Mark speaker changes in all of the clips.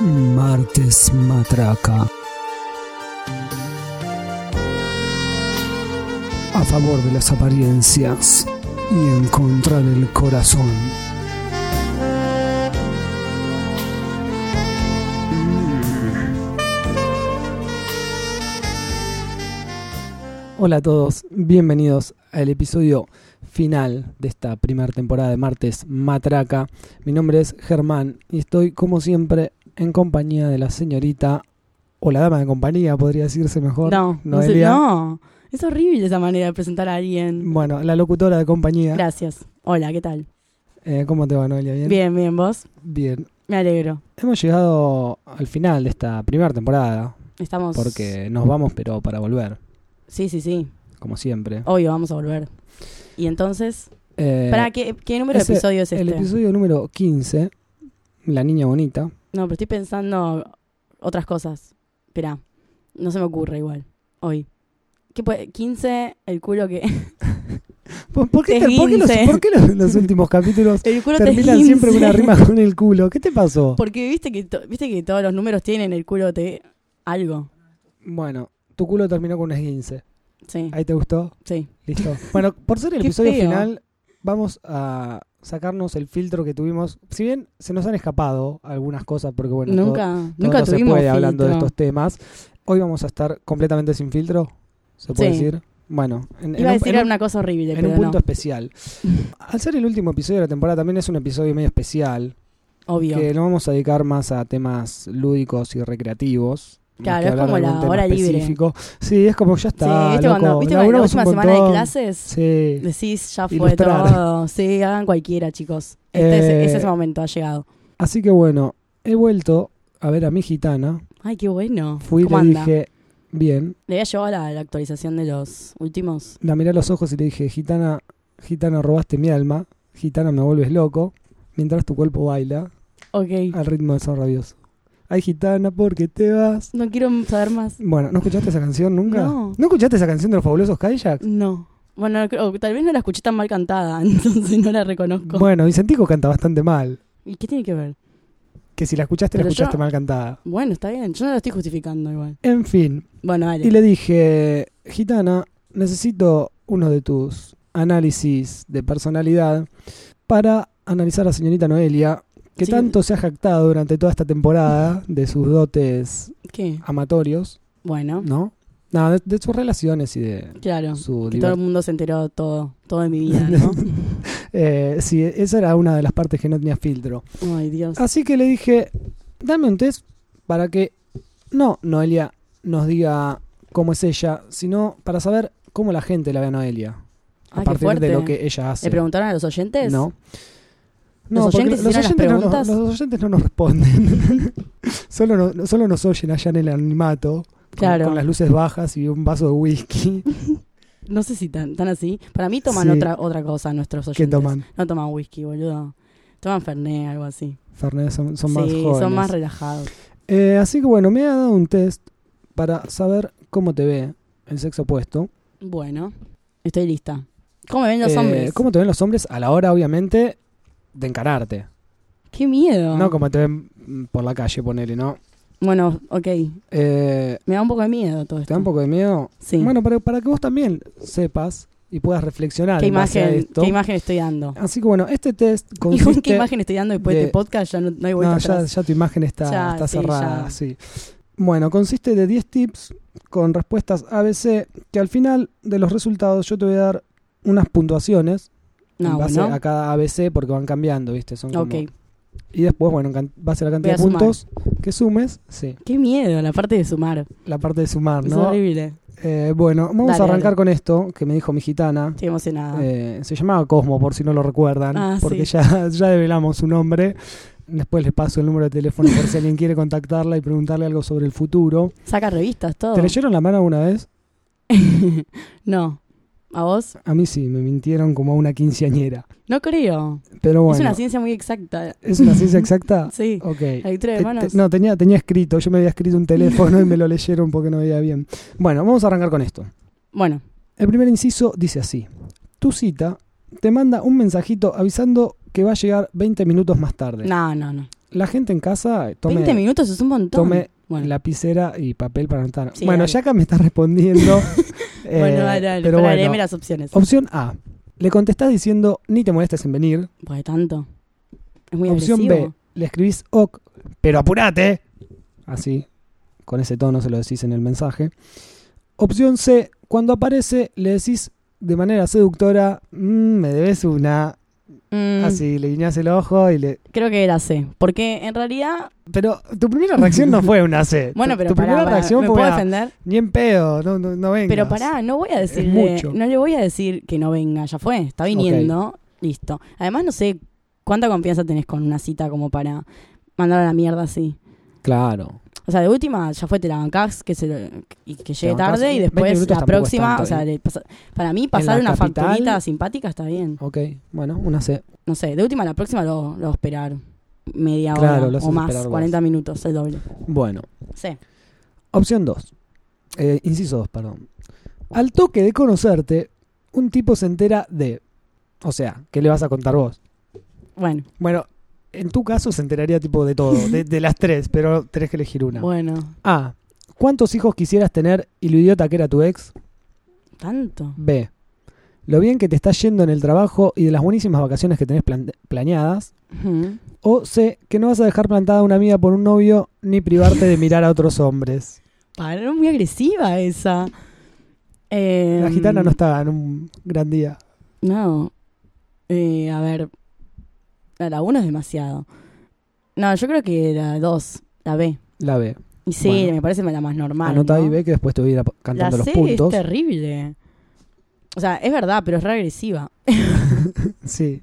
Speaker 1: Martes Matraca. A favor de las apariencias y en contra del corazón. Hola a todos, bienvenidos al episodio final de esta primera temporada de Martes Matraca. Mi nombre es Germán y estoy como siempre en compañía de la señorita o la dama de compañía, podría decirse mejor.
Speaker 2: No, no, sé,
Speaker 1: Noelia.
Speaker 2: no. Es horrible esa manera de presentar a alguien.
Speaker 1: Bueno, la locutora de compañía.
Speaker 2: Gracias. Hola, ¿qué tal?
Speaker 1: Eh, ¿Cómo te va, Noelia? ¿Bien?
Speaker 2: Bien, bien, vos.
Speaker 1: Bien.
Speaker 2: Me alegro.
Speaker 1: Hemos llegado al final de esta primera temporada,
Speaker 2: Estamos.
Speaker 1: porque nos vamos, pero para volver,
Speaker 2: Sí, sí, sí.
Speaker 1: como siempre.
Speaker 2: Obvio, vamos a volver. Y entonces.
Speaker 1: Eh,
Speaker 2: ¿Para qué, qué número
Speaker 1: ese-
Speaker 2: de episodio es este?
Speaker 1: El episodio número 15, La Niña Bonita.
Speaker 2: No, pero estoy pensando otras cosas. Espera. No se me ocurre igual. Hoy. ¿Qué puede? 15, el culo que.
Speaker 1: ¿Por, por qué, te- por qué los,
Speaker 2: 15.
Speaker 1: por qué los- los últimos capítulos
Speaker 2: El culo
Speaker 1: terminan
Speaker 2: te
Speaker 1: siempre con una
Speaker 2: 15.
Speaker 1: rima con el culo? ¿Qué te pasó?
Speaker 2: Porque viste que, to- viste que todos los números tienen el culo te. Algo.
Speaker 1: Bueno, tu culo terminó con un esguince.
Speaker 2: Sí,
Speaker 1: ¿Ahí te gustó?
Speaker 2: sí.
Speaker 1: Listo. Bueno, por ser el
Speaker 2: Qué
Speaker 1: episodio
Speaker 2: feo.
Speaker 1: final, vamos a sacarnos el filtro que tuvimos. Si bien se nos han escapado algunas cosas, porque bueno, todo-
Speaker 2: nunca
Speaker 1: todo
Speaker 2: nunca
Speaker 1: no se
Speaker 2: tuvimos.
Speaker 1: puede hablando de
Speaker 2: filtro.
Speaker 1: estos temas, hoy vamos a estar completamente sin filtro, ¿se puede
Speaker 2: Sí.
Speaker 1: decir? Bueno, en, en
Speaker 2: Iba a
Speaker 1: un-
Speaker 2: decir
Speaker 1: en un,
Speaker 2: una cosa horrible,
Speaker 1: en
Speaker 2: pero
Speaker 1: un punto
Speaker 2: no.
Speaker 1: especial. Al ser el último episodio de la temporada, también es un episodio medio especial,
Speaker 2: Obvio.
Speaker 1: que lo vamos a dedicar más a temas lúdicos y recreativos. más
Speaker 2: Claro,
Speaker 1: que
Speaker 2: es
Speaker 1: hablar de
Speaker 2: como
Speaker 1: algún
Speaker 2: la
Speaker 1: tema
Speaker 2: hora libre.
Speaker 1: específico. Sí, es como ya
Speaker 2: sí,
Speaker 1: está.
Speaker 2: viste
Speaker 1: loco,
Speaker 2: cuando, viste cuando la
Speaker 1: laburamos un
Speaker 2: última semana de
Speaker 1: montón.
Speaker 2: clases
Speaker 1: Sí.
Speaker 2: decís ya fue
Speaker 1: Ilustrar.
Speaker 2: todo. Sí, hagan cualquiera, chicos. Este es,
Speaker 1: Eh,
Speaker 2: es ese momento, ha llegado.
Speaker 1: Así que bueno, he vuelto a ver a mi gitana.
Speaker 2: Ay, qué bueno.
Speaker 1: Fui y
Speaker 2: ¿Cómo
Speaker 1: le
Speaker 2: anda?
Speaker 1: dije, bien,
Speaker 2: Le había llevado la, la actualización de los últimos.
Speaker 1: la miré a los ojos y le dije, gitana, gitana robaste mi alma, gitana me vuelves loco, mientras tu cuerpo baila
Speaker 2: Ok.
Speaker 1: al ritmo del son rabioso. Ay gitana, ¿por qué te vas?
Speaker 2: No quiero saber más.
Speaker 1: Bueno, ¿no escuchaste esa canción nunca?
Speaker 2: No.
Speaker 1: escuchaste esa canción de los fabulosos Kajak?
Speaker 2: No. Bueno, creo- tal vez no la escuché tan mal cantada, entonces no la reconozco.
Speaker 1: Bueno, Vicentico canta bastante mal.
Speaker 2: ¿Y qué tiene que ver?
Speaker 1: Que si la escuchaste, la
Speaker 2: Pero
Speaker 1: escuchaste
Speaker 2: yo-
Speaker 1: mal cantada.
Speaker 2: Bueno, está bien. Yo no la estoy justificando igual.
Speaker 1: En fin,
Speaker 2: Bueno, dale.
Speaker 1: Y le dije, Gitana, necesito uno de tus análisis de personalidad para analizar a la señorita Noelia, que
Speaker 2: Sí.
Speaker 1: tanto se ha jactado durante toda esta temporada de sus dotes
Speaker 2: ¿Qué?
Speaker 1: amatorios,
Speaker 2: Bueno,
Speaker 1: ¿no? Nada, de, de sus relaciones y de
Speaker 2: claro.
Speaker 1: su
Speaker 2: Que todo el
Speaker 1: diver-
Speaker 2: mundo se enteró todo, todo de mi vida, ¿no?
Speaker 1: Eh, sí, esa era una de las partes que no tenía filtro.
Speaker 2: Ay, Dios.
Speaker 1: Así que le dije, dame un test para que no Noelia nos diga cómo es ella, sino para saber cómo la gente la ve a Noelia.
Speaker 2: Ah,
Speaker 1: a
Speaker 2: qué
Speaker 1: partir de
Speaker 2: fuerte.
Speaker 1: lo que ella hace.
Speaker 2: ¿Le preguntaron a los oyentes?
Speaker 1: No. No, porque
Speaker 2: oyentes hicieron las
Speaker 1: no nos-
Speaker 2: preguntas?
Speaker 1: los oyentes no nos responden. solo, no- solo nos oyen allá en el animato, con,
Speaker 2: Claro.
Speaker 1: con las luces bajas y un vaso de whisky
Speaker 2: No sé si tan, tan así. Para mí toman
Speaker 1: Sí.
Speaker 2: otra otra cosa nuestros oyentes.
Speaker 1: que toman.
Speaker 2: No toman whisky, boludo. Toman Fernet, algo así.
Speaker 1: Fernet, son, son
Speaker 2: sí,
Speaker 1: más jóvenes.
Speaker 2: son más relajados.
Speaker 1: Eh, así que bueno, me ha dado un test para saber cómo te ve el sexo opuesto.
Speaker 2: Bueno, estoy lista. ¿Cómo me ven los
Speaker 1: Eh,
Speaker 2: hombres?
Speaker 1: ¿Cómo te ven los hombres a la hora, obviamente, de encararte?
Speaker 2: ¡Qué miedo!
Speaker 1: No como te ven mm, por la calle, ponele, ¿no?
Speaker 2: Bueno, ok.
Speaker 1: Eh,
Speaker 2: Me da un poco de miedo todo esto.
Speaker 1: ¿Te da un poco de miedo?
Speaker 2: Sí.
Speaker 1: Bueno, para, para que vos también sepas y puedas reflexionar
Speaker 2: ¿Qué,
Speaker 1: en base a
Speaker 2: imagen,
Speaker 1: esto.
Speaker 2: ¿Qué imagen estoy dando?
Speaker 1: Así que bueno, este test
Speaker 2: ¿Y con qué
Speaker 1: consiste...
Speaker 2: imagen estoy dando después de,
Speaker 1: de-
Speaker 2: este podcast? Ya no, no hay vuelta
Speaker 1: no, ya,
Speaker 2: atrás.
Speaker 1: ya tu imagen está,
Speaker 2: Ya,
Speaker 1: está
Speaker 2: sí,
Speaker 1: cerrada,
Speaker 2: ya.
Speaker 1: sí. Bueno, consiste de 10 tips con respuestas ABC que al final de los resultados yo te voy a dar unas puntuaciones en
Speaker 2: No,
Speaker 1: base
Speaker 2: Ah, bueno.
Speaker 1: a cada ABC porque van cambiando, ¿viste? Son como-
Speaker 2: Ok.
Speaker 1: Y después, bueno, en base a la cantidad
Speaker 2: Voy a
Speaker 1: de puntos que sumes, sí,
Speaker 2: Qué miedo, la parte de sumar.
Speaker 1: la parte de sumar,
Speaker 2: Es
Speaker 1: ¿no?
Speaker 2: horrible.
Speaker 1: Eh, bueno, vamos
Speaker 2: Dale,
Speaker 1: a arrancar
Speaker 2: dale.
Speaker 1: con esto que me dijo mi gitana.
Speaker 2: Estoy emocionada.
Speaker 1: Eh, se llamaba Cosmo, por si no lo recuerdan,
Speaker 2: Ah,
Speaker 1: porque
Speaker 2: sí.
Speaker 1: ya, ya develamos su nombre. Después les paso el número de teléfono por si alguien quiere contactarla y preguntarle algo sobre el futuro.
Speaker 2: Saca revistas, todo.
Speaker 1: ¿Te leyeron la mano alguna vez?
Speaker 2: no. ¿A vos?
Speaker 1: A mí sí, me mintieron como a una quinceañera.
Speaker 2: No creo.
Speaker 1: Pero bueno,
Speaker 2: Es una ciencia muy exacta.
Speaker 1: ¿es una ciencia exacta?
Speaker 2: Sí.
Speaker 1: Ok. Eh,
Speaker 2: La lectura de
Speaker 1: Te-
Speaker 2: manos.
Speaker 1: te- no, tenía, tenía escrito, yo me había escrito un teléfono y me lo leyeron porque no veía bien. Bueno, vamos a arrancar con esto.
Speaker 2: Bueno,
Speaker 1: El primer inciso dice así. Tu cita te manda un mensajito avisando que va a llegar 20 minutos más tarde.
Speaker 2: no, no, no.
Speaker 1: la gente en casa tome,
Speaker 2: 20 minutos es un montón.
Speaker 1: tome
Speaker 2: bueno,
Speaker 1: lapicera y papel para anotar.
Speaker 2: Sí,
Speaker 1: bueno,
Speaker 2: dale.
Speaker 1: ya que me está respondiendo. eh,
Speaker 2: bueno, dale, dale,
Speaker 1: pero
Speaker 2: pará,
Speaker 1: bueno.
Speaker 2: léeme las opciones.
Speaker 1: Opción A. Le contestás diciendo ni te molestes en venir.
Speaker 2: Pues tanto. Es muy
Speaker 1: Opción
Speaker 2: agresivo.
Speaker 1: B. Le escribís ok, pero apurate. Así, con ese tono se lo decís en el mensaje. Opción C. Cuando aparece, le decís de manera seductora, "Mm, me debes una.
Speaker 2: Mm,
Speaker 1: Así, le guiñás el ojo y le.
Speaker 2: Creo que era C. Porque en realidad.
Speaker 1: Pero tu primera reacción no fue una C.
Speaker 2: Bueno,
Speaker 1: Tu-
Speaker 2: pero
Speaker 1: tu
Speaker 2: pará,
Speaker 1: primera
Speaker 2: pará,
Speaker 1: reacción
Speaker 2: ¿me
Speaker 1: fue
Speaker 2: puedo
Speaker 1: una,
Speaker 2: defender?
Speaker 1: ni en pedo, no, no, no vengas.
Speaker 2: Pero pará, no voy a
Speaker 1: Es
Speaker 2: decirle.
Speaker 1: mucho.
Speaker 2: No le voy a decir que no venga, ya fue, está viniendo. Listo. Además, no sé cuánta confianza tenés con una cita como para mandar a la mierda así.
Speaker 1: Claro.
Speaker 2: O sea, de última, ya fue, te la bancás que se lo- y que llegue
Speaker 1: bancás,
Speaker 2: tarde y
Speaker 1: 20
Speaker 2: después
Speaker 1: minutos
Speaker 2: la
Speaker 1: tampoco es
Speaker 2: próxima.
Speaker 1: tanto,
Speaker 2: o sea,
Speaker 1: ¿eh?
Speaker 2: le pasa- para mí, pasar
Speaker 1: la
Speaker 2: una
Speaker 1: capital-
Speaker 2: facturita simpática está bien.
Speaker 1: Ok, bueno, una C.
Speaker 2: No sé, de última, la próxima lo, lo esperar media
Speaker 1: Claro, lo
Speaker 2: hora
Speaker 1: haces
Speaker 2: o más,
Speaker 1: esperar más.
Speaker 2: 40 minutos, el doble.
Speaker 1: Bueno,
Speaker 2: Sí.
Speaker 1: opción 2. inciso 2, perdón. Al toque de conocerte, un tipo se entera de. O sea, ¿qué le vas a contar vos?
Speaker 2: Bueno,
Speaker 1: Bueno, en tu caso se enteraría tipo de todo, de, de las tres, pero tenés que elegir una.
Speaker 2: bueno,
Speaker 1: A. ¿Cuántos hijos quisieras tener y lo idiota que era tu ex?
Speaker 2: tanto.
Speaker 1: B. Lo bien que te estás yendo en el trabajo y de las buenísimas vacaciones que tenés plan- planeadas.
Speaker 2: Ujú.
Speaker 1: O C, que no vas a dejar plantada a una amiga por un novio ni privarte de mirar a otros hombres.
Speaker 2: Pará, muy agresiva esa. Eh,
Speaker 1: La gitana no está en un gran día.
Speaker 2: Em, No. Eh, a ver. A la 1 es demasiado. No, yo creo que la 2, la B.
Speaker 1: La B.
Speaker 2: Y sí,
Speaker 1: Bueno.
Speaker 2: me parece la más normal.
Speaker 1: Anota
Speaker 2: ¿no?
Speaker 1: y ve que después te voy a ir a-
Speaker 2: La
Speaker 1: cantando
Speaker 2: C
Speaker 1: los puntos.
Speaker 2: es terrible. O sea, es verdad, pero es re agresiva.
Speaker 1: Sí.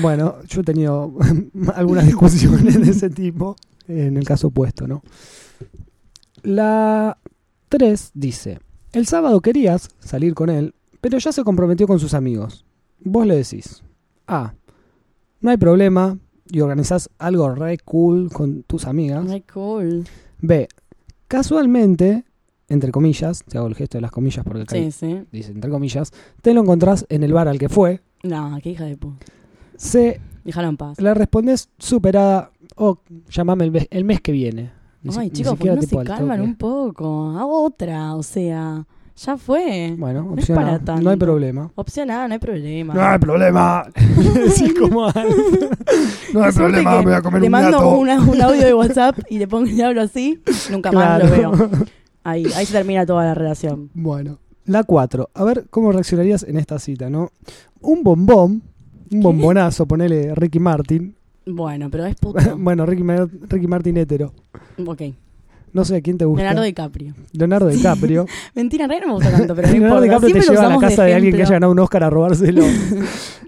Speaker 1: Bueno, yo he tenido algunas discusiones de ese tipo en el caso opuesto, ¿no? La 3 dice, el sábado querías salir con él, pero ya se comprometió con sus amigos. Vos le decís, A, no hay problema y organizás algo re cool con tus amigas.
Speaker 2: Re cool.
Speaker 1: B, casualmente, entre comillas, te hago el gesto de las comillas porque acá
Speaker 2: Sí, sí.
Speaker 1: dice entre comillas, te lo encontrás en el bar al que fue.
Speaker 2: No, qué hija de puta.
Speaker 1: C,
Speaker 2: Déjalo en paz.
Speaker 1: Le respondes superada o llamame el, mes- el mes que viene. Ni si-
Speaker 2: Ay,
Speaker 1: ni
Speaker 2: chicos,
Speaker 1: siquiera
Speaker 2: ¿por qué
Speaker 1: tipo
Speaker 2: no se
Speaker 1: al
Speaker 2: calman
Speaker 1: toque.
Speaker 2: un poco? A otra, o sea, ya fue.
Speaker 1: Bueno,
Speaker 2: es
Speaker 1: opción
Speaker 2: para
Speaker 1: A,
Speaker 2: tanto.
Speaker 1: no hay problema.
Speaker 2: Opción A, no hay problema.
Speaker 1: problema. Decís como antes. No
Speaker 2: Qué suerte que Te mando una- un audio de WhatsApp y le pongo le hablo así, nunca más lo veo. Ahí, ahí se termina toda la relación.
Speaker 1: Bueno, la 4. A ver cómo reaccionarías en esta cita, ¿no? Un bombón, un bombonazo, ponele Ricky Martin.
Speaker 2: Bueno, pero es puto.
Speaker 1: bueno, Ricky, Mar- Ricky Martin hétero.
Speaker 2: ok.
Speaker 1: No sé a quién te gusta.
Speaker 2: Leonardo DiCaprio.
Speaker 1: Leonardo DiCaprio.
Speaker 2: Mentira, en realidad no me gusta tanto, pero no
Speaker 1: Leonardo
Speaker 2: importa.
Speaker 1: DiCaprio te
Speaker 2: Siempre lo
Speaker 1: lleva a la
Speaker 2: usamos
Speaker 1: casa de, alguien que haya
Speaker 2: ejemplo.
Speaker 1: ganado un Oscar a robárselo.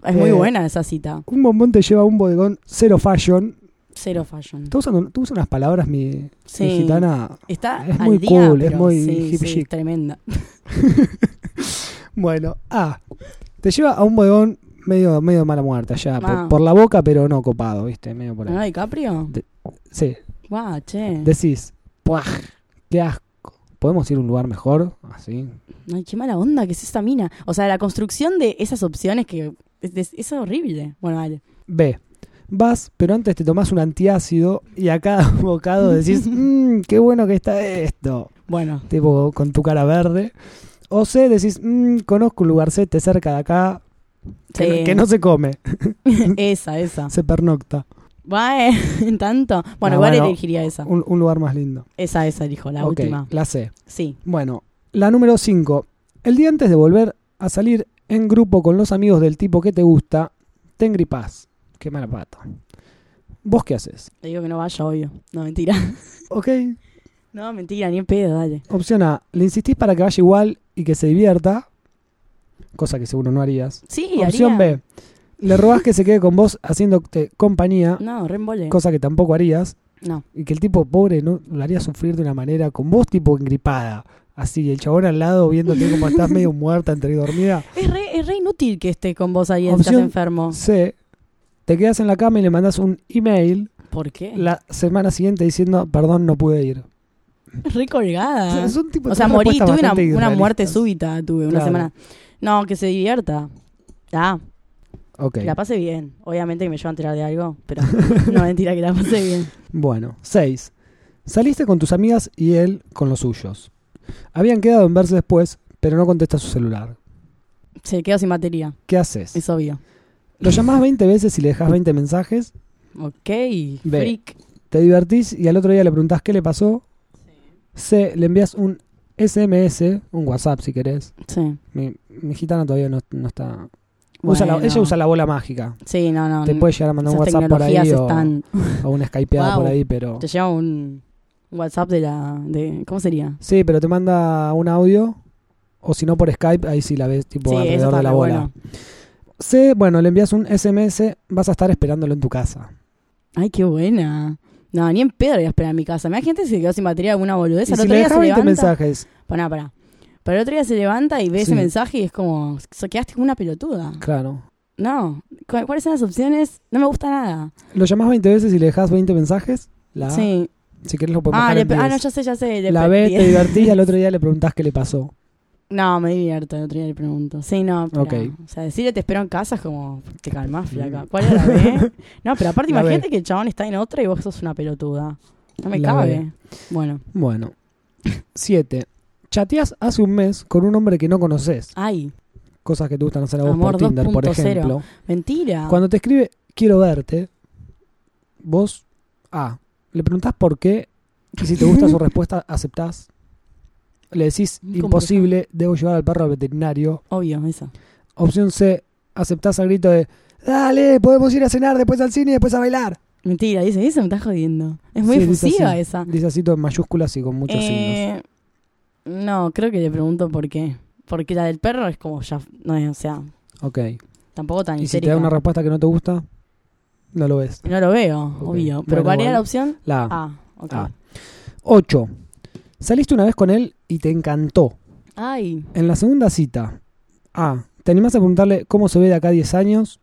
Speaker 2: Es muy
Speaker 1: Eh,
Speaker 2: buena esa cita.
Speaker 1: un bombón te lleva a un bodegón cero fashion.
Speaker 2: Cero fashion.
Speaker 1: Tú usas, tú usas unas palabras, mi,
Speaker 2: Sí.
Speaker 1: mi gitana.
Speaker 2: Está
Speaker 1: es
Speaker 2: al
Speaker 1: muy
Speaker 2: día,
Speaker 1: cool, es
Speaker 2: pero
Speaker 1: muy
Speaker 2: sí,
Speaker 1: hip
Speaker 2: sí,
Speaker 1: chic.
Speaker 2: tremenda.
Speaker 1: Bueno, A. Te lleva a un bodegón medio, medio mala muerte allá. por-
Speaker 2: Ah.
Speaker 1: Por, la boca, pero no copado, ¿viste? Medio por ahí.
Speaker 2: ¿Leonardo DiCaprio?
Speaker 1: Sí.
Speaker 2: Guau, che.
Speaker 1: Decís, ¡puaj! ¡Qué asco! ¿Podemos ir a un lugar mejor? Así.
Speaker 2: Ay, qué mala onda que es esta mina. O sea, la construcción de esas opciones que es, es- es horrible. Bueno, vale.
Speaker 1: B. Vas, pero antes te tomás un antiácido y a cada bocado decís, mmm, qué bueno que está esto.
Speaker 2: Bueno,
Speaker 1: Tipo, con tu cara verde. O C, decís, mmm, conozco un lugarcete cerca de acá que,
Speaker 2: sí.
Speaker 1: que no se come,
Speaker 2: eh, esa, esa.
Speaker 1: se pernocta.
Speaker 2: Va, eh, en tanto. Bueno,
Speaker 1: Ah,
Speaker 2: igual
Speaker 1: bueno.
Speaker 2: elegiría esa.
Speaker 1: Un, un lugar más lindo.
Speaker 2: Esa, esa elijo, la
Speaker 1: Ok,
Speaker 2: última.
Speaker 1: La C.
Speaker 2: Sí.
Speaker 1: Bueno, la número 5. El día antes de volver a salir en grupo con los amigos del tipo que te gusta, te engripás. Qué mala pata. ¿Vos qué haces?
Speaker 2: Le digo que no vaya, obvio. No, mentira.
Speaker 1: Ok.
Speaker 2: No, mentira, ni en pedo, dale.
Speaker 1: Opción A. Le insistís para que vaya igual y que se divierta. Cosa que seguro no harías.
Speaker 2: Sí,
Speaker 1: Opción
Speaker 2: haría.
Speaker 1: B. Le robás que se quede con vos haciéndote compañía.
Speaker 2: No, reembole.
Speaker 1: Cosa que tampoco harías.
Speaker 2: No.
Speaker 1: Y que el tipo pobre no lo haría sufrir de una manera con vos tipo engripada. Así, el chabón al lado viéndote como estás medio muerta entre dormida.
Speaker 2: Es re, es re inútil que esté con vos ahí, estás
Speaker 1: Opción-
Speaker 2: enfermo.
Speaker 1: C. Te quedas en la cama y le mandas un email
Speaker 2: ¿Por qué?
Speaker 1: la semana siguiente diciendo, perdón, no pude ir.
Speaker 2: Es Re colgada.
Speaker 1: O sea, son tipo-
Speaker 2: Ah. O sea,
Speaker 1: son
Speaker 2: morí,
Speaker 1: respuestas
Speaker 2: tuve una,
Speaker 1: bastante
Speaker 2: una muerte
Speaker 1: irrealistas.
Speaker 2: súbita, tuve una
Speaker 1: Claro.
Speaker 2: semana. No, que se divierta. Ah,
Speaker 1: Ok.
Speaker 2: Que la pase bien. Obviamente que me llevo a enterar de algo, pero no mentira que la pase bien.
Speaker 1: Bueno, 6. Saliste con tus amigas y él con los suyos. Habían quedado en verse después, pero no contesta su celular.
Speaker 2: Se quedó sin batería,
Speaker 1: ¿Qué haces?
Speaker 2: es obvio.
Speaker 1: Lo llamás 20 veces y le dejas 20 mensajes,
Speaker 2: Ok, freak.
Speaker 1: te divertís y al otro día le preguntás qué le pasó. C. Le envías un SMS, un WhatsApp si querés.
Speaker 2: Sí.
Speaker 1: Mi, mi gitana todavía no, no está. Usa la-
Speaker 2: Bueno.
Speaker 1: ella usa la bola mágica.
Speaker 2: Sí, no, no.
Speaker 1: Te
Speaker 2: no.
Speaker 1: puede llegar a mandar un
Speaker 2: Esas
Speaker 1: WhatsApp por ahí
Speaker 2: tecnologías
Speaker 1: o,
Speaker 2: están...
Speaker 1: o una skypeada
Speaker 2: Wow.
Speaker 1: por ahí, pero.
Speaker 2: Te llega un WhatsApp de la... De, ¿Cómo sería?
Speaker 1: Sí, pero te manda un audio. O si no por Skype, ahí sí la ves tipo
Speaker 2: sí, eso
Speaker 1: alrededor
Speaker 2: está
Speaker 1: de la
Speaker 2: re
Speaker 1: bola.
Speaker 2: bueno.
Speaker 1: C, bueno, le envías un SMS, vas a estar esperándolo en tu casa.
Speaker 2: Ay, qué buena. No, ni en pedo voy a esperar en mi casa. Me da gente que se quedó sin batería alguna boludez.
Speaker 1: Y
Speaker 2: Al
Speaker 1: si
Speaker 2: otro
Speaker 1: le
Speaker 2: día se
Speaker 1: dejas 20
Speaker 2: levanta.
Speaker 1: mensajes,
Speaker 2: Pará, pará. Pero el otro día se levanta y ve
Speaker 1: Sí.
Speaker 2: ese mensaje y es como, "So- quedaste con una pelotuda.
Speaker 1: claro.
Speaker 2: No. ¿Cu- ¿Cuáles son las opciones? No me gusta nada.
Speaker 1: Lo llamás 20 veces y le dejas 20 mensajes. La A.
Speaker 2: Sí.
Speaker 1: Si querés lo podemos
Speaker 2: Ah,
Speaker 1: dejar
Speaker 2: le
Speaker 1: en
Speaker 2: pe- ah, no,
Speaker 1: 10.
Speaker 2: ya sé, ya sé. le
Speaker 1: La
Speaker 2: pe-
Speaker 1: B, te
Speaker 2: diez.
Speaker 1: divertís y al otro día le preguntás qué le pasó.
Speaker 2: No, me divierto, el otro día le pregunto. Sí, no, pero,
Speaker 1: Ok.
Speaker 2: O sea, decirle te espero en casa es como, te calmás, flaca. ¿Cuál era la B? No, pero aparte
Speaker 1: La B.
Speaker 2: imagínate que el chabón está en otra y vos sos una pelotuda. No me
Speaker 1: La
Speaker 2: cabe.
Speaker 1: B.
Speaker 2: Bueno.
Speaker 1: Bueno. 7. Chateás hace un mes con un hombre que no conoces.
Speaker 2: Ay,
Speaker 1: Cosas que te gustan hacer a vos
Speaker 2: Amor
Speaker 1: por Tinder, por
Speaker 2: 2.0.
Speaker 1: ejemplo.
Speaker 2: mentira.
Speaker 1: Cuando te escribe quiero verte, vos A. Le preguntás por qué y si te gusta su respuesta, aceptás. Le decís
Speaker 2: Muy
Speaker 1: imposible, debo llevar al perro al veterinario.
Speaker 2: Obvio, eso.
Speaker 1: Opción C. Aceptás al grito de dale, podemos ir a cenar, después al cine y después a bailar.
Speaker 2: Mentira, dice eso, me estás jodiendo. Es muy
Speaker 1: Sí, dice
Speaker 2: efusiva
Speaker 1: así.
Speaker 2: esa.
Speaker 1: Dice así todo en mayúsculas y con muchos signos.
Speaker 2: Eh, no, creo que le pregunto por qué. Porque la del perro es como ya, no es, o sea,
Speaker 1: Ok.
Speaker 2: tampoco tan
Speaker 1: Y si te da
Speaker 2: histérica.
Speaker 1: una respuesta que no te gusta, no lo ves.
Speaker 2: No lo veo, obvio.
Speaker 1: Bueno,
Speaker 2: Pero ¿cuál era
Speaker 1: bueno.
Speaker 2: la opción?
Speaker 1: La A.
Speaker 2: Ah, ok.
Speaker 1: Ah. 8. Saliste una vez con él y te encantó.
Speaker 2: Ay,
Speaker 1: En la segunda cita, A. Te animás a preguntarle cómo se ve de acá a 10 años.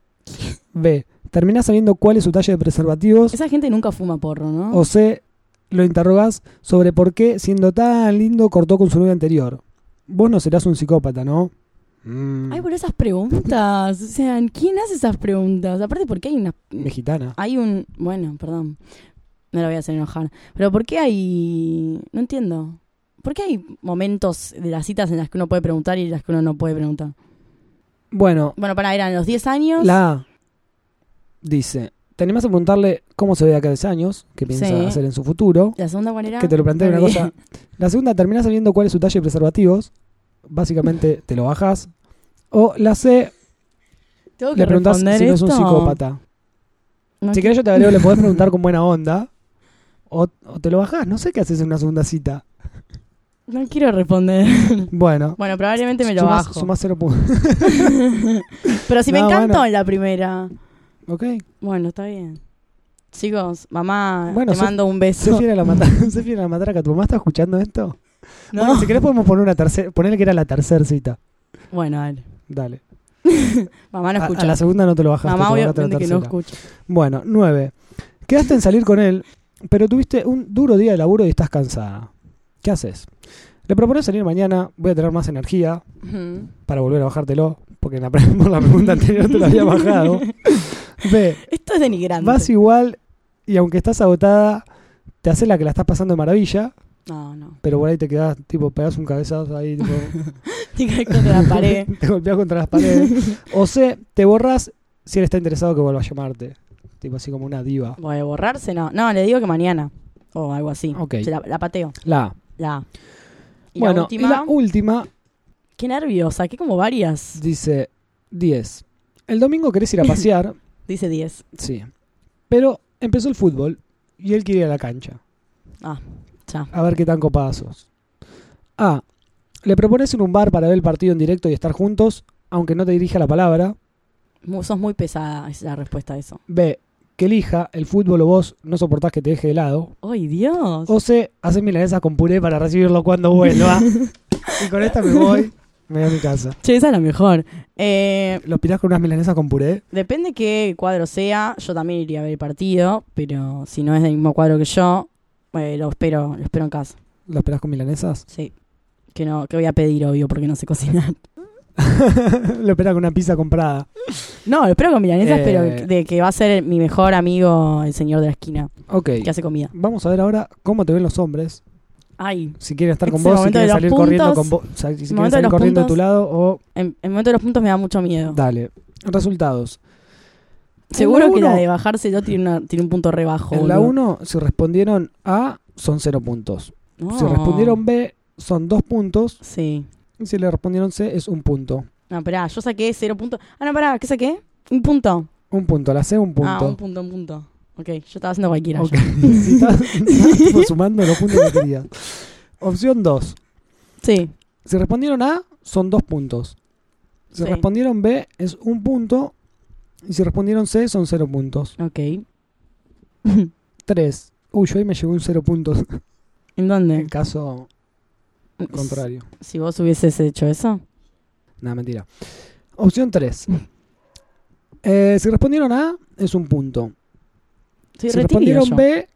Speaker 1: B. Terminás sabiendo cuál es su talle de preservativos.
Speaker 2: esa gente nunca fuma porro, ¿no?
Speaker 1: O C. Lo interrogás sobre por qué, siendo tan lindo, cortó con su novia anterior. Vos no serás un psicópata, ¿no? Mm,
Speaker 2: Ay, pero esas preguntas, o sea, ¿quién hace esas preguntas? Aparte, ¿por qué hay una...
Speaker 1: mi gitana.
Speaker 2: Hay un... Bueno, perdón, no la voy a hacer enojar. Pero ¿por qué hay... No entiendo. ¿Por qué hay momentos de las citas en las que uno puede preguntar y en las que uno no puede preguntar?
Speaker 1: Bueno,
Speaker 2: Bueno, para, eran los 10 años.
Speaker 1: la A dice: Te animás a preguntarle cómo se ve de acá a 10 años, qué piensa
Speaker 2: Sí.
Speaker 1: hacer en su futuro.
Speaker 2: La segunda cuál era?
Speaker 1: Que te lo planteé una
Speaker 2: Olvidé.
Speaker 1: cosa. La segunda, terminás sabiendo cuál es su talle de preservativos. Básicamente te lo bajás. O la C,
Speaker 2: Tengo que
Speaker 1: le preguntás si
Speaker 2: responder
Speaker 1: no es un
Speaker 2: esto.
Speaker 1: psicópata.
Speaker 2: No,
Speaker 1: Si querés yo te agrego, le podés preguntar con buena onda. O, o te lo bajás, no sé qué haces en una segunda cita.
Speaker 2: no quiero responder.
Speaker 1: Bueno,
Speaker 2: Bueno, probablemente Mm. me lo
Speaker 1: sumás,
Speaker 2: bajo.
Speaker 1: sumás cero puntos.
Speaker 2: Pero si me
Speaker 1: No,
Speaker 2: encantó
Speaker 1: bueno.
Speaker 2: en la primera.
Speaker 1: Ok,
Speaker 2: Bueno, está bien. Chicos, mamá,
Speaker 1: Bueno,
Speaker 2: te
Speaker 1: Sof-
Speaker 2: mando un beso.
Speaker 1: sé fiel, a la mata- sé fiel a la matraca. ¿Tu mamá está escuchando esto?
Speaker 2: No.
Speaker 1: Bueno, si querés podemos poner una tercera, ponerle que era la tercera cita.
Speaker 2: Bueno, dale.
Speaker 1: Dale.
Speaker 2: Mamá no
Speaker 1: A-
Speaker 2: escucha.
Speaker 1: A, la segunda no te lo bajaste.
Speaker 2: mamá
Speaker 1: te bajaste la
Speaker 2: obviamente que no
Speaker 1: tercera.
Speaker 2: escucha.
Speaker 1: Bueno, 9. Quedaste en salir con él, pero tuviste un duro día de laburo y estás cansada. ¿Qué haces? Le propones salir mañana, voy a tener más energía
Speaker 2: Ujú.
Speaker 1: para volver a bajártelo, porque en la, pre- por la pregunta anterior te lo había bajado. B.
Speaker 2: Esto es denigrante.
Speaker 1: Vas igual y aunque estás agotada, te haces la que la estás pasando de maravilla,
Speaker 2: No, no.
Speaker 1: pero por ahí te quedas, tipo, pegas un cabezazo ahí, tipo,
Speaker 2: Diga contra la pared.
Speaker 1: te golpeas contra las paredes. O C. Te borras si él está interesado que vuelva a llamarte. Tipo, así como una diva.
Speaker 2: Voy a borrarse, no. No, le digo que mañana. O algo así.
Speaker 1: Ok.
Speaker 2: Se La, la pateo.
Speaker 1: La A.
Speaker 2: La. A. Y
Speaker 1: bueno,
Speaker 2: la última.
Speaker 1: y la última
Speaker 2: Qué nervios, saqué como varias.
Speaker 1: dice 10. El domingo querés ir a pasear,
Speaker 2: Dice 10.
Speaker 1: sí, pero empezó el fútbol y él quiere ir a la cancha.
Speaker 2: Ah, ya.
Speaker 1: A ver qué tan copada sos. A. Le propones ir a un bar para ver el partido en directo y estar juntos, aunque no te dirija la palabra.
Speaker 2: Mu- Sos muy pesada, es la respuesta a eso.
Speaker 1: B. Que elija el fútbol o vos no soportás que te deje de lado.
Speaker 2: ¡Ay, Dios!
Speaker 1: O C. Haces milanesas con puré para recibirlo cuando vuelva. y con esta me voy, me voy a mi casa.
Speaker 2: Che, esa es la mejor. Eh,
Speaker 1: ¿Los pirás con unas milanesas con puré?
Speaker 2: depende qué cuadro sea. Yo también iría a ver el partido, pero si no es del mismo cuadro que yo, eh, lo espero lo espero en casa.
Speaker 1: ¿Los pirás con milanesas?
Speaker 2: Sí. Que no que voy a pedir, obvio, porque no sé cocinar.
Speaker 1: Lo espera con una pizza comprada.
Speaker 2: No, lo espero con milanesas,
Speaker 1: Eh.
Speaker 2: pero de que va a ser mi mejor amigo, el señor de la esquina,
Speaker 1: Ok.
Speaker 2: que hace comida.
Speaker 1: Vamos a ver ahora cómo te ven los hombres.
Speaker 2: Ay,
Speaker 1: Si quieren estar con
Speaker 2: Este
Speaker 1: vos, si
Speaker 2: momento de
Speaker 1: quieren
Speaker 2: los
Speaker 1: salir corriendo
Speaker 2: puntos.
Speaker 1: con vos, o sea, si quieren
Speaker 2: momento de los
Speaker 1: salir corriendo de tu
Speaker 2: puntos.
Speaker 1: lado o
Speaker 2: en, en el momento de los puntos me da mucho miedo.
Speaker 1: dale. Resultados.
Speaker 2: Seguro
Speaker 1: Uno,
Speaker 2: que
Speaker 1: uno.
Speaker 2: la de bajarse yo tiene, una- tiene un punto rebajo.
Speaker 1: En la 1, si respondieron A, son 0 puntos.
Speaker 2: Ah.
Speaker 1: Si respondieron B, son 2 puntos.
Speaker 2: Sí.
Speaker 1: Y si le respondieron C, es un punto.
Speaker 2: No, pará, yo saqué cero puntos. Ah, no, pará, ¿qué saqué? Un punto.
Speaker 1: Un punto, la C, un punto.
Speaker 2: Ah, un punto, un punto. Ok, yo estaba haciendo cualquiera.
Speaker 1: Ok. Si estás- estás sumando los puntos que querías. Opción 2.
Speaker 2: Sí.
Speaker 1: Si respondieron A, son 2 puntos. Si
Speaker 2: Sí.
Speaker 1: respondieron B, es un punto. Y si respondieron C, son 0 puntos.
Speaker 2: Ok.
Speaker 1: 3. Uy, yo ahí me llegó un 0 puntos.
Speaker 2: ¿En
Speaker 1: En
Speaker 2: dónde?
Speaker 1: caso contrario.
Speaker 2: Si vos hubieses hecho eso.
Speaker 1: Nada, mentira. Opción 3. si respondieron A, es un punto.
Speaker 2: Sí,
Speaker 1: si
Speaker 2: retiro
Speaker 1: respondieron
Speaker 2: yo.
Speaker 1: B,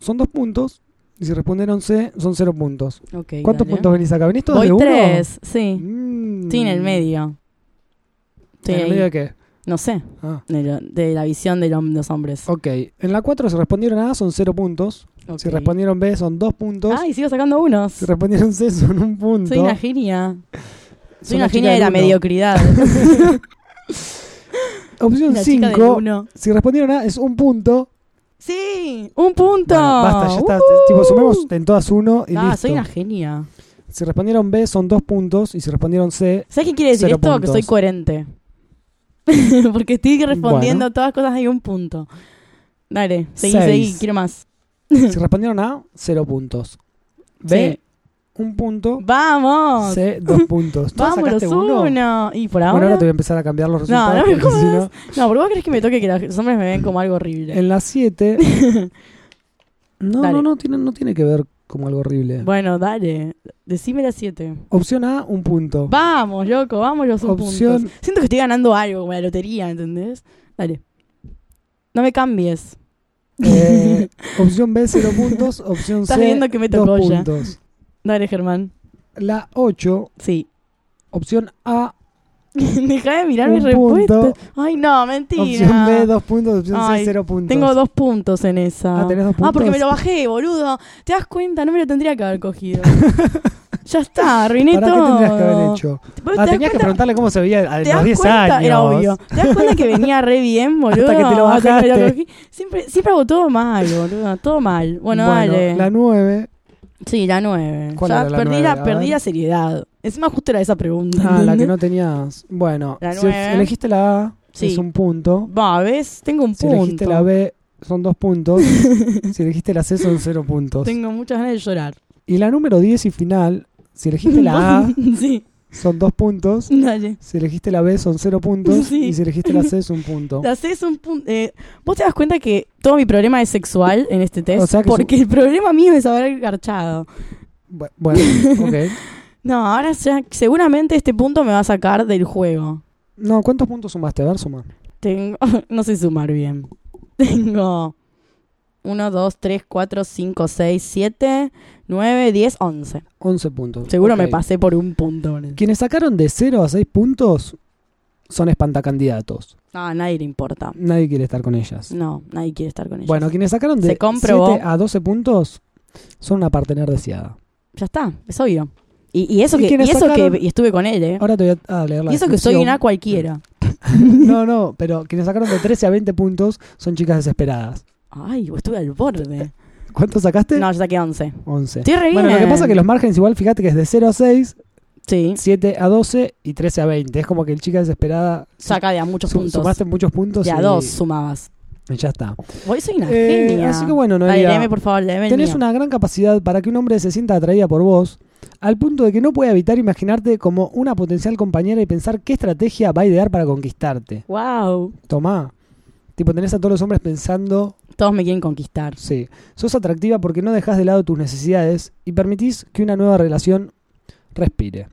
Speaker 1: son dos puntos. Y si respondieron C, son cero puntos.
Speaker 2: Ok,
Speaker 1: ¿Cuántos
Speaker 2: dale.
Speaker 1: puntos venís acá? ¿Venís todos
Speaker 2: ¿eh? Voy
Speaker 1: de uno?
Speaker 2: tres, sí.
Speaker 1: Mm.
Speaker 2: Estoy en el medio. Estoy
Speaker 1: ¿En
Speaker 2: ahí.
Speaker 1: el medio de qué?
Speaker 2: No sé,
Speaker 1: Ah,
Speaker 2: de, lo- de la visión de los, los hombres.
Speaker 1: ok. En la 4, si respondieron A, son cero puntos.
Speaker 2: Ok.
Speaker 1: Si respondieron B, son dos puntos.
Speaker 2: Ay, sigo sacando unos.
Speaker 1: Si respondieron C, son un punto.
Speaker 2: Soy una genia.
Speaker 1: Son
Speaker 2: Soy una
Speaker 1: chica
Speaker 2: genia de
Speaker 1: del
Speaker 2: la
Speaker 1: uno.
Speaker 2: mediocridad.
Speaker 1: Opción
Speaker 2: la chica del
Speaker 1: 5,
Speaker 2: uno.
Speaker 1: si respondieron A, es un punto.
Speaker 2: Sí, un punto.
Speaker 1: Bueno, basta, ya está.
Speaker 2: Uh.
Speaker 1: Tipo, sumemos en todas uno y
Speaker 2: Ah,
Speaker 1: listo.
Speaker 2: soy una genia.
Speaker 1: Si respondieron B, son dos puntos. Y si respondieron C,
Speaker 2: ¿Sabes qué quiere decir
Speaker 1: Cero
Speaker 2: esto? Que
Speaker 1: puntos.
Speaker 2: soy coherente. Porque estoy respondiendo
Speaker 1: Bueno.
Speaker 2: a todas cosas hay un punto. Dale, seguí,
Speaker 1: Seis.
Speaker 2: seguí, quiero más.
Speaker 1: si respondieron A, cero puntos. B,
Speaker 2: Sí.
Speaker 1: un punto.
Speaker 2: ¡Vamos!
Speaker 1: C, dos puntos. ¿Tú
Speaker 2: ¡Vamos los
Speaker 1: sacaste uno?
Speaker 2: uno! ¿Y por
Speaker 1: Bueno,
Speaker 2: ahora?
Speaker 1: ahora te voy a empezar a cambiar los
Speaker 2: No, no
Speaker 1: resultados.
Speaker 2: me
Speaker 1: porque si
Speaker 2: jodas. No, porque vos crees que me toque que los hombres me ven como algo horrible.
Speaker 1: en la 7. No,
Speaker 2: Dale.
Speaker 1: no, no tiene, no tiene que ver como algo horrible.
Speaker 2: Bueno, dale. Decime la 7.
Speaker 1: Opción A, un punto.
Speaker 2: Vamos, loco, vamos los un
Speaker 1: Opción-
Speaker 2: puntos. Siento que estoy ganando algo, como la lotería, ¿entendés? Dale. No me cambies.
Speaker 1: Eh, opción B, cero puntos. Opción
Speaker 2: Estás
Speaker 1: C,
Speaker 2: viendo que me
Speaker 1: dos
Speaker 2: tocó ya.
Speaker 1: puntos.
Speaker 2: Dale, Germán.
Speaker 1: La 8,
Speaker 2: Sí.
Speaker 1: opción A,
Speaker 2: Deja de mirar
Speaker 1: Un
Speaker 2: mis
Speaker 1: punto.
Speaker 2: respuestas. Ay, no, mentira.
Speaker 1: opción B, dos puntos. Opción C,
Speaker 2: Ay,
Speaker 1: cero puntos.
Speaker 2: Tengo dos puntos en esa.
Speaker 1: Ah, ¿tenés dos
Speaker 2: Ah, porque
Speaker 1: puntos?
Speaker 2: me lo bajé, boludo. ¿Te das cuenta? No me lo tendría que haber cogido. ya está, arruiné
Speaker 1: ¿Para qué
Speaker 2: todo.
Speaker 1: tendrías que haber hecho?
Speaker 2: ¿Vos te
Speaker 1: Ah,
Speaker 2: das
Speaker 1: tenías que
Speaker 2: cuenta?
Speaker 1: preguntarle cómo se veía a
Speaker 2: ¿Te
Speaker 1: los
Speaker 2: das
Speaker 1: 10
Speaker 2: cuenta?
Speaker 1: años.
Speaker 2: Era obvio. ¿Te das cuenta que venía re bien, boludo?
Speaker 1: Hasta que te lo
Speaker 2: me
Speaker 1: bajaste.
Speaker 2: cogí. Siempre, siempre hago todo mal, boludo. Todo mal. Bueno, dale.
Speaker 1: La 9.
Speaker 2: Sí, la nueve.
Speaker 1: ¿Cuál
Speaker 2: Ya
Speaker 1: era la
Speaker 2: perdí,
Speaker 1: nueve?
Speaker 2: la,
Speaker 1: A
Speaker 2: perdí
Speaker 1: ver.
Speaker 2: la seriedad. Encima justo era esa pregunta.
Speaker 1: Ah, la que
Speaker 2: ¿entendés?
Speaker 1: no tenías. Bueno,
Speaker 2: La
Speaker 1: si
Speaker 2: nueve.
Speaker 1: elegiste la A,
Speaker 2: Sí.
Speaker 1: es un punto.
Speaker 2: Va, ¿ves? Tengo un
Speaker 1: Si
Speaker 2: punto.
Speaker 1: elegiste la B, son dos puntos. si elegiste la C, son cero puntos.
Speaker 2: Tengo muchas ganas de llorar.
Speaker 1: Y la número 10 y final, si elegiste la A,
Speaker 2: sí,
Speaker 1: son dos puntos.
Speaker 2: dale.
Speaker 1: Si elegiste la B, son cero puntos.
Speaker 2: Sí.
Speaker 1: Y si elegiste la C, es un punto.
Speaker 2: La C es un punto. Vos te das cuenta que todo mi problema es sexual en este test.
Speaker 1: O sea que es un-
Speaker 2: porque el problema mío es haber garchado.
Speaker 1: Bu- Bueno, ok.
Speaker 2: No, ahora ya, seguramente este punto me va a sacar del juego.
Speaker 1: No, ¿cuántos puntos sumaste? A ver, suma.
Speaker 2: Tengo. No sé sumar bien. Tengo. 1, 2, 3, 4, 5, 6, 7, 9, 10, 11.
Speaker 1: 11 puntos.
Speaker 2: Seguro
Speaker 1: Ok.
Speaker 2: me pasé por un punto. boludo.
Speaker 1: Quienes sacaron de 0 a 6 puntos son espantacandidatos.
Speaker 2: No, a nadie le importa.
Speaker 1: Nadie quiere estar con ellas.
Speaker 2: No, nadie quiere estar con ellos.
Speaker 1: Bueno, quienes sacaron
Speaker 2: Se
Speaker 1: de
Speaker 2: comprobó.
Speaker 1: 7 a 12 puntos son una partener deseada.
Speaker 2: Ya está, es obvio. Y, y eso
Speaker 1: ¿Y
Speaker 2: que,
Speaker 1: quienes
Speaker 2: y eso
Speaker 1: sacaron?
Speaker 2: que y estuve con él, ¿eh?
Speaker 1: Ahora te voy a a leer la
Speaker 2: Y eso que soy
Speaker 1: descripción.
Speaker 2: una cualquiera.
Speaker 1: No, no, pero quienes sacaron de 13 a 20 puntos son chicas desesperadas.
Speaker 2: Ay, estuve al borde.
Speaker 1: ¿Cuánto sacaste?
Speaker 2: No, yo saqué 11.
Speaker 1: 11.
Speaker 2: Estoy re bien.
Speaker 1: Bueno, lo que pasa es que los márgenes igual, fíjate que es de 0 a 6,
Speaker 2: Sí,
Speaker 1: 7 a 12 y 13 a 20. Es como que el chica desesperada
Speaker 2: saca de a muchos
Speaker 1: su-
Speaker 2: puntos.
Speaker 1: sumaste muchos puntos
Speaker 2: De a
Speaker 1: y-
Speaker 2: dos sumabas.
Speaker 1: y ya está.
Speaker 2: Voy, soy una
Speaker 1: Eh,
Speaker 2: genia.
Speaker 1: así que bueno,
Speaker 2: Dale,
Speaker 1: Noelia,
Speaker 2: léeme, por favor, léeme el
Speaker 1: tenés
Speaker 2: mío.
Speaker 1: una gran capacidad para que un hombre se sienta atraída por vos, al punto de que no puede evitar imaginarte como una potencial compañera y pensar qué estrategia va a idear para conquistarte.
Speaker 2: Wow.
Speaker 1: Tomá. Tipo, tenés a todos los hombres pensando
Speaker 2: Todos me quieren conquistar.
Speaker 1: Sí. Sos atractiva porque no dejas de lado tus necesidades y permitís que una nueva relación respire.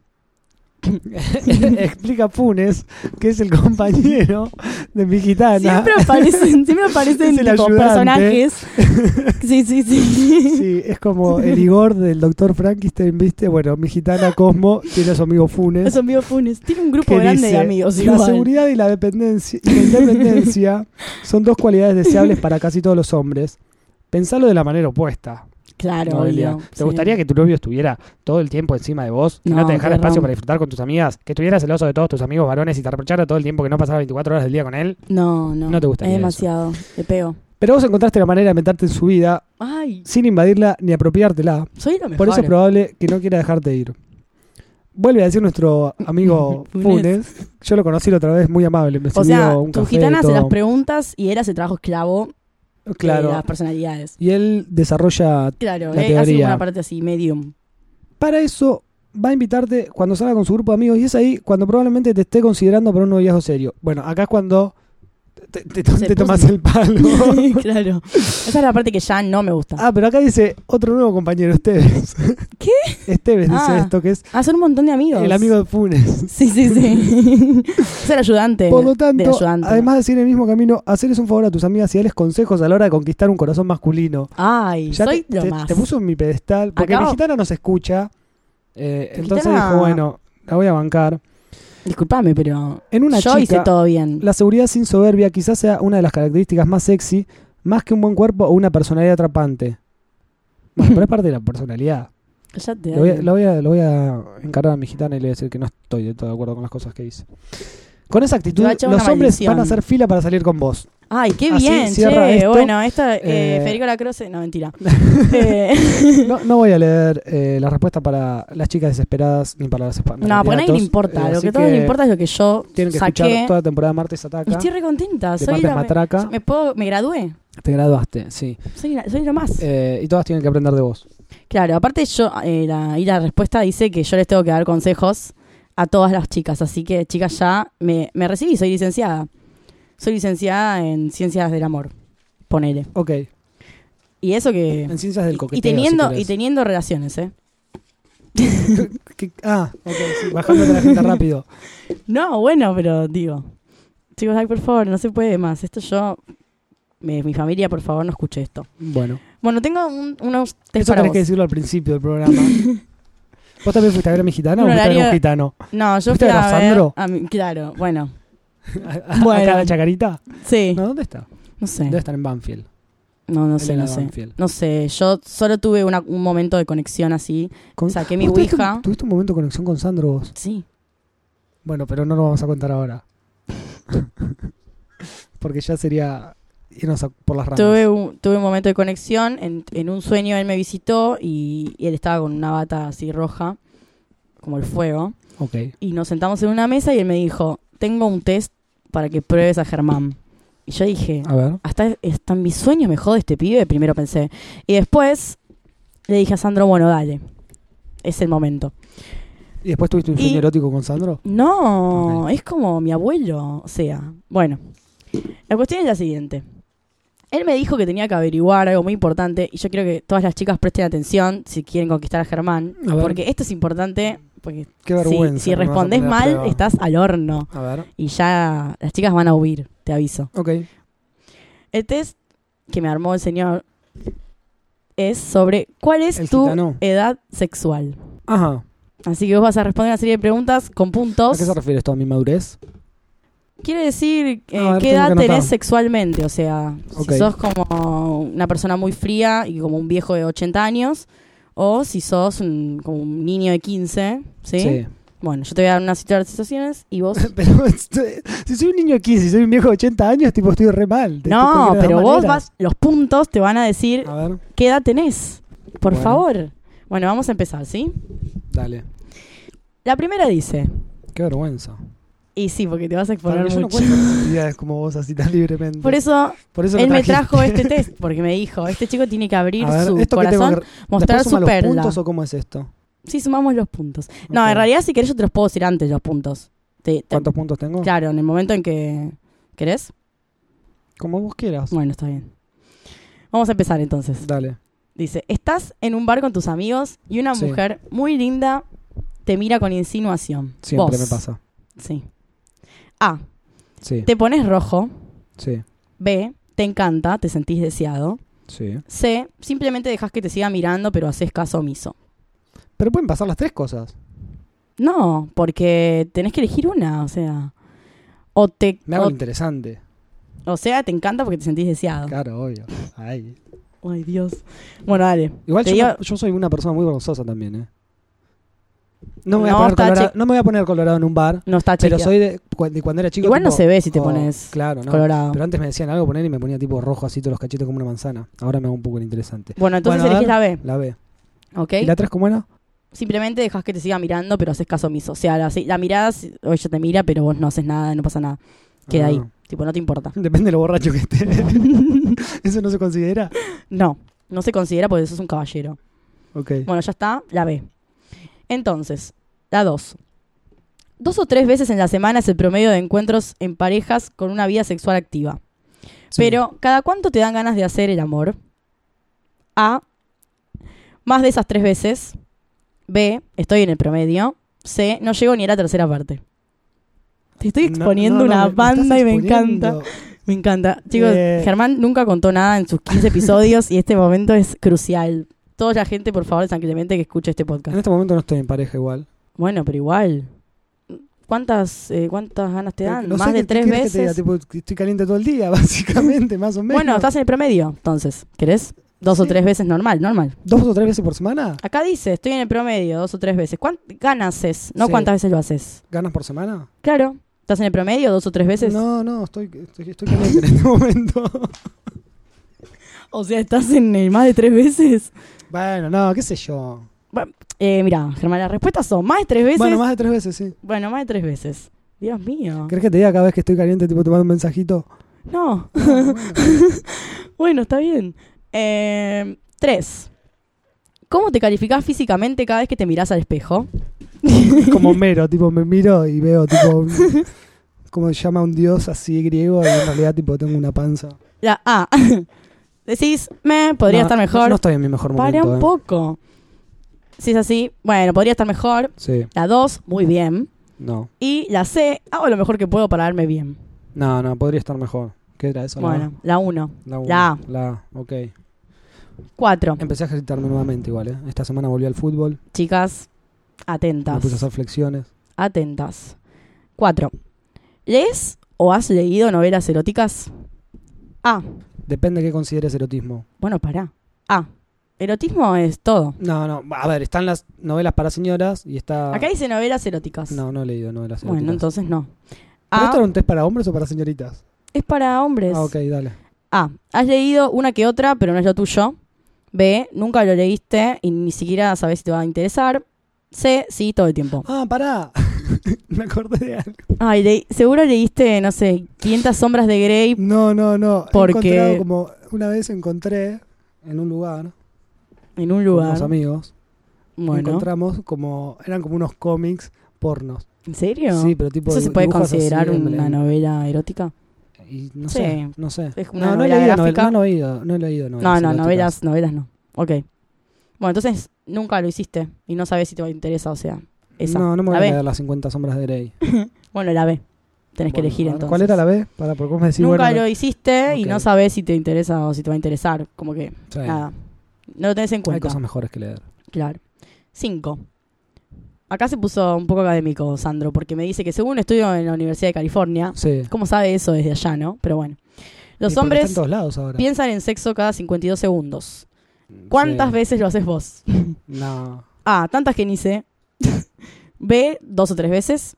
Speaker 1: Explica Funes, que es el compañero de mi gitana.
Speaker 2: Siempre aparecen, siempre aparecen
Speaker 1: Ah, Es el
Speaker 2: tipo,
Speaker 1: ayudante.
Speaker 2: personajes. Sí, sí, sí.
Speaker 1: Sí, es como el Igor del doctor Frankenstein, ¿viste? Bueno, mi gitana Cosmo tiene a su amigo Funes.
Speaker 2: Esos amigos Funes. Tiene un grupo
Speaker 1: que
Speaker 2: grande
Speaker 1: dice,
Speaker 2: de amigos.
Speaker 1: La
Speaker 2: igual.
Speaker 1: seguridad y la dependencia y la independencia son dos cualidades deseables para casi todos los hombres. Pensalo de la manera opuesta.
Speaker 2: Claro,
Speaker 1: Noelia.
Speaker 2: obvio,
Speaker 1: ¿Te
Speaker 2: sí.
Speaker 1: gustaría que tu novio estuviera todo el tiempo encima de vos? Que no,
Speaker 2: No,
Speaker 1: te dejara
Speaker 2: qué
Speaker 1: espacio
Speaker 2: rom.
Speaker 1: para disfrutar con tus amigas, que estuvieras celoso de todos tus amigos varones y te reprochara todo el tiempo que no pasabas 24 horas del día con él.
Speaker 2: No, no.
Speaker 1: No te gustaría
Speaker 2: Es
Speaker 1: eso.
Speaker 2: demasiado. Le pego.
Speaker 1: Pero vos encontraste la manera de meterte en su vida
Speaker 2: Ay,
Speaker 1: sin invadirla ni apropiártela.
Speaker 2: soy lo mejor.
Speaker 1: Por eso es probable que no quiera dejarte ir. Vuelve a decir nuestro amigo
Speaker 2: Funes.
Speaker 1: Funes. Yo lo conocí la otra vez, muy amable. Me
Speaker 2: O
Speaker 1: sirvió
Speaker 2: sea,
Speaker 1: un
Speaker 2: tu
Speaker 1: café,
Speaker 2: gitana hace
Speaker 1: todo.
Speaker 2: las preguntas y era se trabajo esclavo
Speaker 1: Claro.
Speaker 2: de eh, las personalidades.
Speaker 1: Y él desarrolla.
Speaker 2: Claro,
Speaker 1: La
Speaker 2: eh, hace
Speaker 1: teoría.
Speaker 2: una parte así, medium.
Speaker 1: Para eso va a invitarte cuando salga con su grupo de amigos y es ahí cuando probablemente te esté considerando para un noviazgo serio. Bueno, acá es cuando te, te- te
Speaker 2: puso-
Speaker 1: tomas el palo.
Speaker 2: claro. Esa es la parte que ya no me gusta.
Speaker 1: ah, pero acá dice otro nuevo compañero, Esteves.
Speaker 2: ¿Qué?
Speaker 1: Esteves dice
Speaker 2: Ah.
Speaker 1: esto, que es
Speaker 2: Ah, son un montón de amigos.
Speaker 1: el amigo de Funes.
Speaker 2: Sí, sí, sí. es el ayudante.
Speaker 1: Por lo
Speaker 2: del
Speaker 1: tanto,
Speaker 2: ayudante.
Speaker 1: además de seguir el mismo camino, hacerles un favor a tus amigas y darles consejos a la hora de conquistar un corazón masculino.
Speaker 2: Ay,
Speaker 1: Ya
Speaker 2: soy
Speaker 1: te,
Speaker 2: lo
Speaker 1: te-
Speaker 2: más.
Speaker 1: te puso en mi pedestal, porque
Speaker 2: Acá-
Speaker 1: mi gitana nos escucha. eh,
Speaker 2: Tu
Speaker 1: entonces
Speaker 2: gitana-
Speaker 1: dijo, bueno, la voy a bancar.
Speaker 2: Disculpame, pero
Speaker 1: En una
Speaker 2: yo
Speaker 1: chica,
Speaker 2: hice todo bien.
Speaker 1: la seguridad sin soberbia quizás sea una de las características más sexy, más que un buen cuerpo o una personalidad atrapante. Bueno, pero es parte de la personalidad.
Speaker 2: Cállate,
Speaker 1: Lo voy, a,
Speaker 2: dale.
Speaker 1: lo voy a- lo voy a encargar a mi gitana y le voy a decir que no estoy de todo de acuerdo con las cosas que hice. Con esa actitud,
Speaker 2: va a echar
Speaker 1: los
Speaker 2: una
Speaker 1: hombres
Speaker 2: maldición.
Speaker 1: van a hacer fila para salir con vos.
Speaker 2: Ay, qué
Speaker 1: Así
Speaker 2: bien,
Speaker 1: cierra
Speaker 2: che.
Speaker 1: esto.
Speaker 2: Bueno, esta, eh,
Speaker 1: Eh,
Speaker 2: Federico Lacroce, no, mentira. Eh,
Speaker 1: No, no voy a leer eh, la respuesta para las chicas desesperadas ni para las espaldas.
Speaker 2: no, pues a nadie le importa. lo que a todos le importa es lo que yo
Speaker 1: eh, Tienen que
Speaker 2: saqué.
Speaker 1: escuchar toda la temporada de Martes Ataca.
Speaker 2: Y estoy recontenta.
Speaker 1: de
Speaker 2: Soy
Speaker 1: Martes
Speaker 2: la,
Speaker 1: Matraca.
Speaker 2: me, puedo, me gradué.
Speaker 1: Te graduaste, sí.
Speaker 2: Soy, la- soy lo más.
Speaker 1: Eh, y todas tienen que aprender de vos.
Speaker 2: Claro, aparte yo, eh, la, y la respuesta dice que yo les tengo que dar consejos a todas las chicas, así que chicas ya me, me recibí, soy licenciada. Soy licenciada en ciencias del amor, ponele.
Speaker 1: Ok.
Speaker 2: Y eso que...
Speaker 1: En ciencias del
Speaker 2: y-
Speaker 1: coqueteo.
Speaker 2: Y teniendo,
Speaker 1: si
Speaker 2: y
Speaker 1: querés.
Speaker 2: teniendo relaciones, ¿eh?
Speaker 1: Que- ah, ok, sí, bajando la gente rápido.
Speaker 2: No, bueno, pero digo. Chicos, ay, por favor, no se puede más. Esto yo... me- mi familia, por favor, no escuche esto.
Speaker 1: Bueno,
Speaker 2: Bueno, tengo un- unos test
Speaker 1: eso
Speaker 2: para
Speaker 1: tenés
Speaker 2: vos.
Speaker 1: que decirlo al principio del programa. ¿Vos también fuiste a ver a mi gitana
Speaker 2: Un
Speaker 1: o fuiste a ver a un
Speaker 2: horario-
Speaker 1: gitano?
Speaker 2: No, yo
Speaker 1: ¿Viste
Speaker 2: fui
Speaker 1: a
Speaker 2: a ver
Speaker 1: Sandro?
Speaker 2: a mi- claro, bueno.
Speaker 1: bueno.
Speaker 2: Bueno.
Speaker 1: ¿Acá la chacarita?
Speaker 2: Sí,
Speaker 1: No, ¿dónde está?
Speaker 2: no sé.
Speaker 1: Debe estar en Banfield.
Speaker 2: No, no sé,
Speaker 1: Elena
Speaker 2: no sé.
Speaker 1: Banfield.
Speaker 2: No sé, yo solo tuve una- un momento de conexión así.
Speaker 1: Con-
Speaker 2: Saqué mi
Speaker 1: ¿Vos tuviste un-
Speaker 2: Ouija.
Speaker 1: ¿Tuviste un momento de conexión con Sandro vos?
Speaker 2: Sí.
Speaker 1: Bueno, pero no lo vamos a contar ahora. Porque ya sería irnos a- por las ramas.
Speaker 2: Tuve un, tuve un momento de conexión. En, en un sueño él me visitó y, y él estaba con una bata así roja, como el fuego.
Speaker 1: Ok.
Speaker 2: Y nos sentamos en una mesa y él me dijo, tengo un test para que pruebes a Germán. Y yo dije,
Speaker 1: A ver.
Speaker 2: hasta, hasta en mis sueños me jode este pibe, primero pensé. Y después le dije a Sandro, bueno, dale. Es el momento.
Speaker 1: ¿Y después tuviste un
Speaker 2: Y-
Speaker 1: sueño erótico con Sandro?
Speaker 2: No, es como mi abuelo. O sea, bueno. La cuestión es la siguiente. Él me dijo que tenía que averiguar algo muy importante y yo quiero que todas las chicas presten atención si quieren conquistar a Germán.
Speaker 1: A ver.
Speaker 2: Porque esto es importante, porque
Speaker 1: Qué
Speaker 2: si-
Speaker 1: vergüenza.
Speaker 2: si,
Speaker 1: que me vas a
Speaker 2: respondes
Speaker 1: poner a
Speaker 2: mal
Speaker 1: prueba.
Speaker 2: estás al horno
Speaker 1: A ver.
Speaker 2: y ya las chicas van a huir, te aviso.
Speaker 1: Ok.
Speaker 2: El test que me armó el señor es sobre cuál es
Speaker 1: El
Speaker 2: tu
Speaker 1: gitano.
Speaker 2: edad sexual.
Speaker 1: Ajá.
Speaker 2: Así que vos vas a responder una serie de preguntas con
Speaker 1: ¿A
Speaker 2: puntos.
Speaker 1: qué se refiere esto a mi madurez?
Speaker 2: Quiere decir eh, qué
Speaker 1: A ver, tengo que
Speaker 2: edad
Speaker 1: anotar.
Speaker 2: tenés sexualmente, o sea,
Speaker 1: Ok.
Speaker 2: si sos como una persona muy fría y como un viejo de 80 años, o si sos un- como un niño de 15, ¿sí? Bueno, yo te voy a dar unas situaciones y vos...
Speaker 1: pero estoy- si soy un niño de 15, si soy un viejo de 80 años, tipo estoy re mal. de- de
Speaker 2: no,
Speaker 1: cualquiera de las
Speaker 2: pero vos
Speaker 1: maneras.
Speaker 2: vas, los puntos te van a decir
Speaker 1: A ver,
Speaker 2: qué edad tenés, por
Speaker 1: Bueno.
Speaker 2: favor. Bueno, vamos a empezar, ¿sí?
Speaker 1: dale.
Speaker 2: La primera dice,
Speaker 1: Qué vergüenza.
Speaker 2: y sí, porque te vas a
Speaker 1: Para
Speaker 2: exponer
Speaker 1: mí yo no
Speaker 2: mucho.
Speaker 1: cuento mis actividades como vos así tan libremente.
Speaker 2: Por eso
Speaker 1: Por eso lo
Speaker 2: él me
Speaker 1: trajiste.
Speaker 2: trajo este test, porque me dijo, este chico tiene que abrir
Speaker 1: A ver,
Speaker 2: su
Speaker 1: esto que tengo
Speaker 2: corazón,
Speaker 1: que-
Speaker 2: mostrar
Speaker 1: ¿después
Speaker 2: su
Speaker 1: suma los
Speaker 2: perla.
Speaker 1: puntos o cómo es esto?
Speaker 2: Sí, sumamos los puntos. No,
Speaker 1: Ok.
Speaker 2: en realidad si querés yo te los puedo decir antes los puntos. Te- te-
Speaker 1: ¿Cuántos puntos tengo?
Speaker 2: Claro, en el momento en que... ¿Querés?
Speaker 1: Como vos quieras.
Speaker 2: Bueno, está bien. Vamos a empezar entonces.
Speaker 1: Dale.
Speaker 2: Dice, estás en un bar con tus amigos y una
Speaker 1: Sí.
Speaker 2: mujer muy linda te mira con insinuación.
Speaker 1: Siempre
Speaker 2: Vos.
Speaker 1: me pasa.
Speaker 2: Sí. A.
Speaker 1: Sí,
Speaker 2: Te pones rojo.
Speaker 1: sí,
Speaker 2: B. Te encanta, te sentís deseado.
Speaker 1: sí.
Speaker 2: C. Simplemente dejas que te siga mirando, pero haces caso omiso.
Speaker 1: Pero pueden pasar las tres cosas.
Speaker 2: No, porque tenés que elegir una, o sea. O te.
Speaker 1: Me hago
Speaker 2: o-
Speaker 1: lo interesante.
Speaker 2: o sea, te encanta porque te sentís deseado.
Speaker 1: Claro, obvio. Ay.
Speaker 2: Ay, Dios. Bueno, dale.
Speaker 1: Igual
Speaker 2: Te
Speaker 1: yo,
Speaker 2: digo-
Speaker 1: no- yo soy una persona muy vergonzosa también, ¿eh? No me, voy a
Speaker 2: No,
Speaker 1: poner
Speaker 2: está
Speaker 1: colorado,
Speaker 2: che-
Speaker 1: no me voy a poner colorado en un bar,
Speaker 2: No está
Speaker 1: pero
Speaker 2: chequeado.
Speaker 1: soy de, cu- de cuando era chico.
Speaker 2: Igual no
Speaker 1: tipo,
Speaker 2: se ve si te
Speaker 1: oh,
Speaker 2: pones
Speaker 1: Claro, no.
Speaker 2: colorado.
Speaker 1: Pero antes me decían algo poner y me ponía tipo rojo así todos los cachetes como una manzana. Ahora me hago un poco el interesante.
Speaker 2: Bueno, entonces
Speaker 1: Bueno, a
Speaker 2: elegís la B,
Speaker 1: La B.
Speaker 2: ¿ok?
Speaker 1: ¿Y la 3 cómo era?
Speaker 2: Simplemente dejas que te siga mirando, pero haces caso omiso. O sea, la, si- la mirás, o ella te mira, pero vos no haces nada, no pasa nada. Queda
Speaker 1: Ah,
Speaker 2: ahí. Tipo, no te importa.
Speaker 1: Depende de lo borracho que esté. Eso no se considera.
Speaker 2: No, no se considera porque sos un caballero.
Speaker 1: Ok.
Speaker 2: Bueno, ya está, la B. Entonces, la 2. Dos o tres veces en la semana es el promedio de encuentros en parejas con una vida sexual activa.
Speaker 1: Sí.
Speaker 2: Pero, ¿cada cuánto te dan ganas de hacer el amor? A. Más de esas tres veces. B. Estoy en el promedio. C. No llego ni a la tercera parte. Te estoy
Speaker 1: No,
Speaker 2: exponiendo
Speaker 1: no, no,
Speaker 2: una
Speaker 1: me- me
Speaker 2: banda
Speaker 1: estás
Speaker 2: y me
Speaker 1: exponiendo.
Speaker 2: encanta. Me encanta. Chicos,
Speaker 1: Eh.
Speaker 2: Germán nunca contó nada en sus 15 episodios y este momento es crucial. Toda la gente, por favor, de San Clemente que escuche este
Speaker 1: En
Speaker 2: podcast.
Speaker 1: este momento no estoy en pareja igual.
Speaker 2: Bueno, pero igual. ¿Cuántas, eh, cuántas ganas te dan?
Speaker 1: No sé
Speaker 2: ¿Más
Speaker 1: qué-
Speaker 2: de
Speaker 1: qué
Speaker 2: tres
Speaker 1: querés que te diga,
Speaker 2: veces?
Speaker 1: tipo, que estoy caliente todo el día, básicamente, más o menos.
Speaker 2: Bueno, estás en el promedio, entonces. ¿Querés? Dos o
Speaker 1: Sí.
Speaker 2: tres veces normal, normal.
Speaker 1: ¿Dos o tres veces por semana?
Speaker 2: Acá dice, estoy en el promedio dos o tres veces. ¿Cuán- ganas es? No
Speaker 1: Sí.
Speaker 2: cuántas veces lo haces.
Speaker 1: ¿Ganas por semana?
Speaker 2: Claro. ¿Estás en el promedio dos o tres veces?
Speaker 1: No, no, estoy, estoy, estoy caliente en este momento.
Speaker 2: O sea, ¿estás en eh, más de tres veces?
Speaker 1: bueno, no, qué sé yo.
Speaker 2: Eh, mira, Germán, las respuestas son más de tres veces.
Speaker 1: Bueno,
Speaker 2: Bueno más...
Speaker 1: más de tres veces, sí.
Speaker 2: de tres veces. Dios mío.
Speaker 1: ¿Crees que te diga cada vez que estoy caliente, tipo, te mando un mensajito?
Speaker 2: No.
Speaker 1: No, Ah, bueno.
Speaker 2: bueno, está bien. Eh, tres. ¿Cómo te calificás físicamente cada vez que te mirás al espejo?
Speaker 1: Como mero, tipo, me miro y veo, tipo, un- como se llama un dios así griego y en realidad, tipo, tengo una panza.
Speaker 2: La A. Decís, me, podría
Speaker 1: No,
Speaker 2: estar mejor.
Speaker 1: No, no estoy en mi mejor momento.
Speaker 2: Para un
Speaker 1: eh.
Speaker 2: poco. Si es así, bueno, podría estar mejor.
Speaker 1: Sí,
Speaker 2: La 2, muy bien.
Speaker 1: no.
Speaker 2: Y la C, hago lo mejor que puedo para verme bien.
Speaker 1: No, no, podría estar mejor. ¿Qué era eso?
Speaker 2: Bueno, la 1.
Speaker 1: La, uno.
Speaker 2: la A.
Speaker 1: La A, ok.
Speaker 2: 4.
Speaker 1: Empecé a ejercitarme nuevamente igual, ¿eh? Esta semana volví al fútbol,
Speaker 2: Chicas,
Speaker 1: me puse a
Speaker 2: atentas.
Speaker 1: hacer flexiones.
Speaker 2: Atentas. 4. ¿Lees o has leído novelas eróticas? A.
Speaker 1: Depende de qué consideres erotismo.
Speaker 2: Bueno, pará. A. Erotismo es todo.
Speaker 1: No, no, a ver, están las novelas para señoras y está...
Speaker 2: Acá dice novelas eróticas.
Speaker 1: No, no he leído novelas eróticas.
Speaker 2: bueno, entonces no.
Speaker 1: ¿Pero esto
Speaker 2: A.
Speaker 1: era un test para hombres o para señoritas?
Speaker 2: Es para hombres.
Speaker 1: Ah, ok, dale.
Speaker 2: A. Has leído una que otra, pero no es lo tuyo. B. Nunca lo leíste y ni siquiera sabes si te va a interesar. C. Sí, todo el tiempo.
Speaker 1: Ah, pará. me acordé de algo.
Speaker 2: Ay, leí- seguro leíste, no sé, 500 sombras de Grey.
Speaker 1: No, no, no. He
Speaker 2: Porque-
Speaker 1: encontrado como una vez encontré en un lugar,
Speaker 2: en un
Speaker 1: con
Speaker 2: lugar.
Speaker 1: unos amigos,
Speaker 2: Bueno,
Speaker 1: encontramos como, eran como unos cómics pornos.
Speaker 2: ¿en serio?
Speaker 1: Sí, pero tipo
Speaker 2: ¿Eso se
Speaker 1: dibu-
Speaker 2: puede
Speaker 1: dibujos así
Speaker 2: considerar
Speaker 1: en-
Speaker 2: una
Speaker 1: en-
Speaker 2: novela erótica?
Speaker 1: y no
Speaker 2: Sí.
Speaker 1: sé, no sé.
Speaker 2: Es una
Speaker 1: no, no he
Speaker 2: novela
Speaker 1: leído
Speaker 2: gráfica.
Speaker 1: novel- no he leído, no he leído
Speaker 2: No,
Speaker 1: novelas
Speaker 2: no,
Speaker 1: eróticas.
Speaker 2: novelas, novelas no. Ok. Bueno, entonces nunca lo hiciste y no sabes si te interesa, o sea, esa.
Speaker 1: No, no me
Speaker 2: La
Speaker 1: voy a
Speaker 2: B.
Speaker 1: leer las 50 sombras de Grey.
Speaker 2: Bueno, la B. Tenés que
Speaker 1: Bueno,
Speaker 2: elegir
Speaker 1: a ver,
Speaker 2: entonces.
Speaker 1: ¿Cuál era la B? Para, por cómo me decís,
Speaker 2: Nunca
Speaker 1: bueno,
Speaker 2: lo hiciste y
Speaker 1: Ok.
Speaker 2: no sabes si te interesa o si te va a interesar. Como que
Speaker 1: sí,
Speaker 2: Nada. No lo tenés en
Speaker 1: Hay
Speaker 2: Ah, cuenta.
Speaker 1: cosas mejores que leer.
Speaker 2: Claro. Cinco. Acá se puso un poco académico, Sandro, porque me dice que según un estudio en la Universidad de California,
Speaker 1: Sí.
Speaker 2: ¿cómo sabe eso desde allá, no? Pero bueno.
Speaker 1: Y
Speaker 2: Los
Speaker 1: porque está en
Speaker 2: hombres
Speaker 1: todos lados ahora.
Speaker 2: piensan en sexo cada 52 segundos. ¿Cuántas
Speaker 1: Sí.
Speaker 2: veces lo haces vos?
Speaker 1: No.
Speaker 2: A. Tantas que ni sé. B. Dos o tres veces.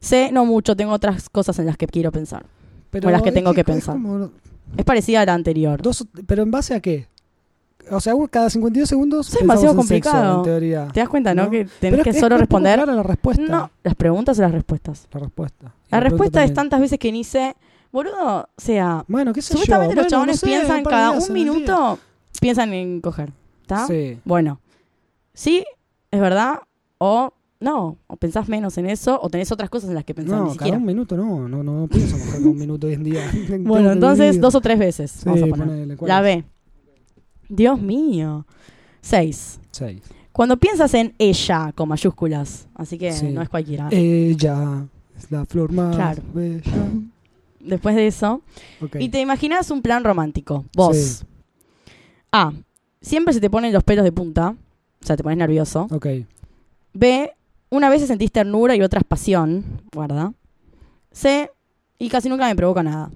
Speaker 2: C. No mucho, tengo otras cosas en las que quiero pensar.
Speaker 1: Pero
Speaker 2: O las que
Speaker 1: es
Speaker 2: tengo que
Speaker 1: es
Speaker 2: pensar.
Speaker 1: como
Speaker 2: Es parecida a la anterior.
Speaker 1: dos- pero en base a qué? O sea, un- cada 52 segundos
Speaker 2: Eso es
Speaker 1: pensamos
Speaker 2: demasiado
Speaker 1: en sexo,
Speaker 2: complicado.
Speaker 1: en teoría.
Speaker 2: ¿Te das cuenta, no?
Speaker 1: No.
Speaker 2: Que
Speaker 1: Pero
Speaker 2: tenés
Speaker 1: es
Speaker 2: que
Speaker 1: es-
Speaker 2: solo
Speaker 1: es poco
Speaker 2: responder.
Speaker 1: clara la respuesta.
Speaker 2: No, las preguntas o las respuestas.
Speaker 1: La respuesta. Y
Speaker 2: La
Speaker 1: pregunta
Speaker 2: respuesta es
Speaker 1: también.
Speaker 2: tantas veces que ni sé, boludo, o sea,
Speaker 1: Bueno, qué sé yo.
Speaker 2: supuestamente los
Speaker 1: Bueno,
Speaker 2: chabones
Speaker 1: no sé,
Speaker 2: piensan
Speaker 1: par de
Speaker 2: cada
Speaker 1: días
Speaker 2: un
Speaker 1: en el día.
Speaker 2: minuto, piensan en coger, ¿está?
Speaker 1: Sí.
Speaker 2: Bueno, sí, es verdad, o no, o pensás menos en eso, o tenés otras cosas en las que pensar,
Speaker 1: No,
Speaker 2: ni
Speaker 1: cada
Speaker 2: siquiera.
Speaker 1: un minuto no, no, no, no pienso mujer con un minuto hoy en día. Tengo
Speaker 2: Bueno,
Speaker 1: que
Speaker 2: entonces
Speaker 1: vivir.
Speaker 2: dos o tres veces,
Speaker 1: Sí,
Speaker 2: vamos a poner.
Speaker 1: ponele, ¿cuál
Speaker 2: La
Speaker 1: es?
Speaker 2: B. Dios mío. Seis.
Speaker 1: Seis.
Speaker 2: Cuando piensas en ella con mayúsculas, así que
Speaker 1: Sí. Eh.
Speaker 2: no es cualquiera.
Speaker 1: Ella es la flor más
Speaker 2: Claro.
Speaker 1: bella.
Speaker 2: Después de eso,
Speaker 1: Ok.
Speaker 2: Y te imaginas un plan romántico. Vos.
Speaker 1: Sí.
Speaker 2: A. Siempre se te ponen los pelos de punta. O sea, te pones nervioso.
Speaker 1: Ok.
Speaker 2: B. Una vez sentís ternura y otras pasión. Guarda. C. Y casi nunca me provoca nada.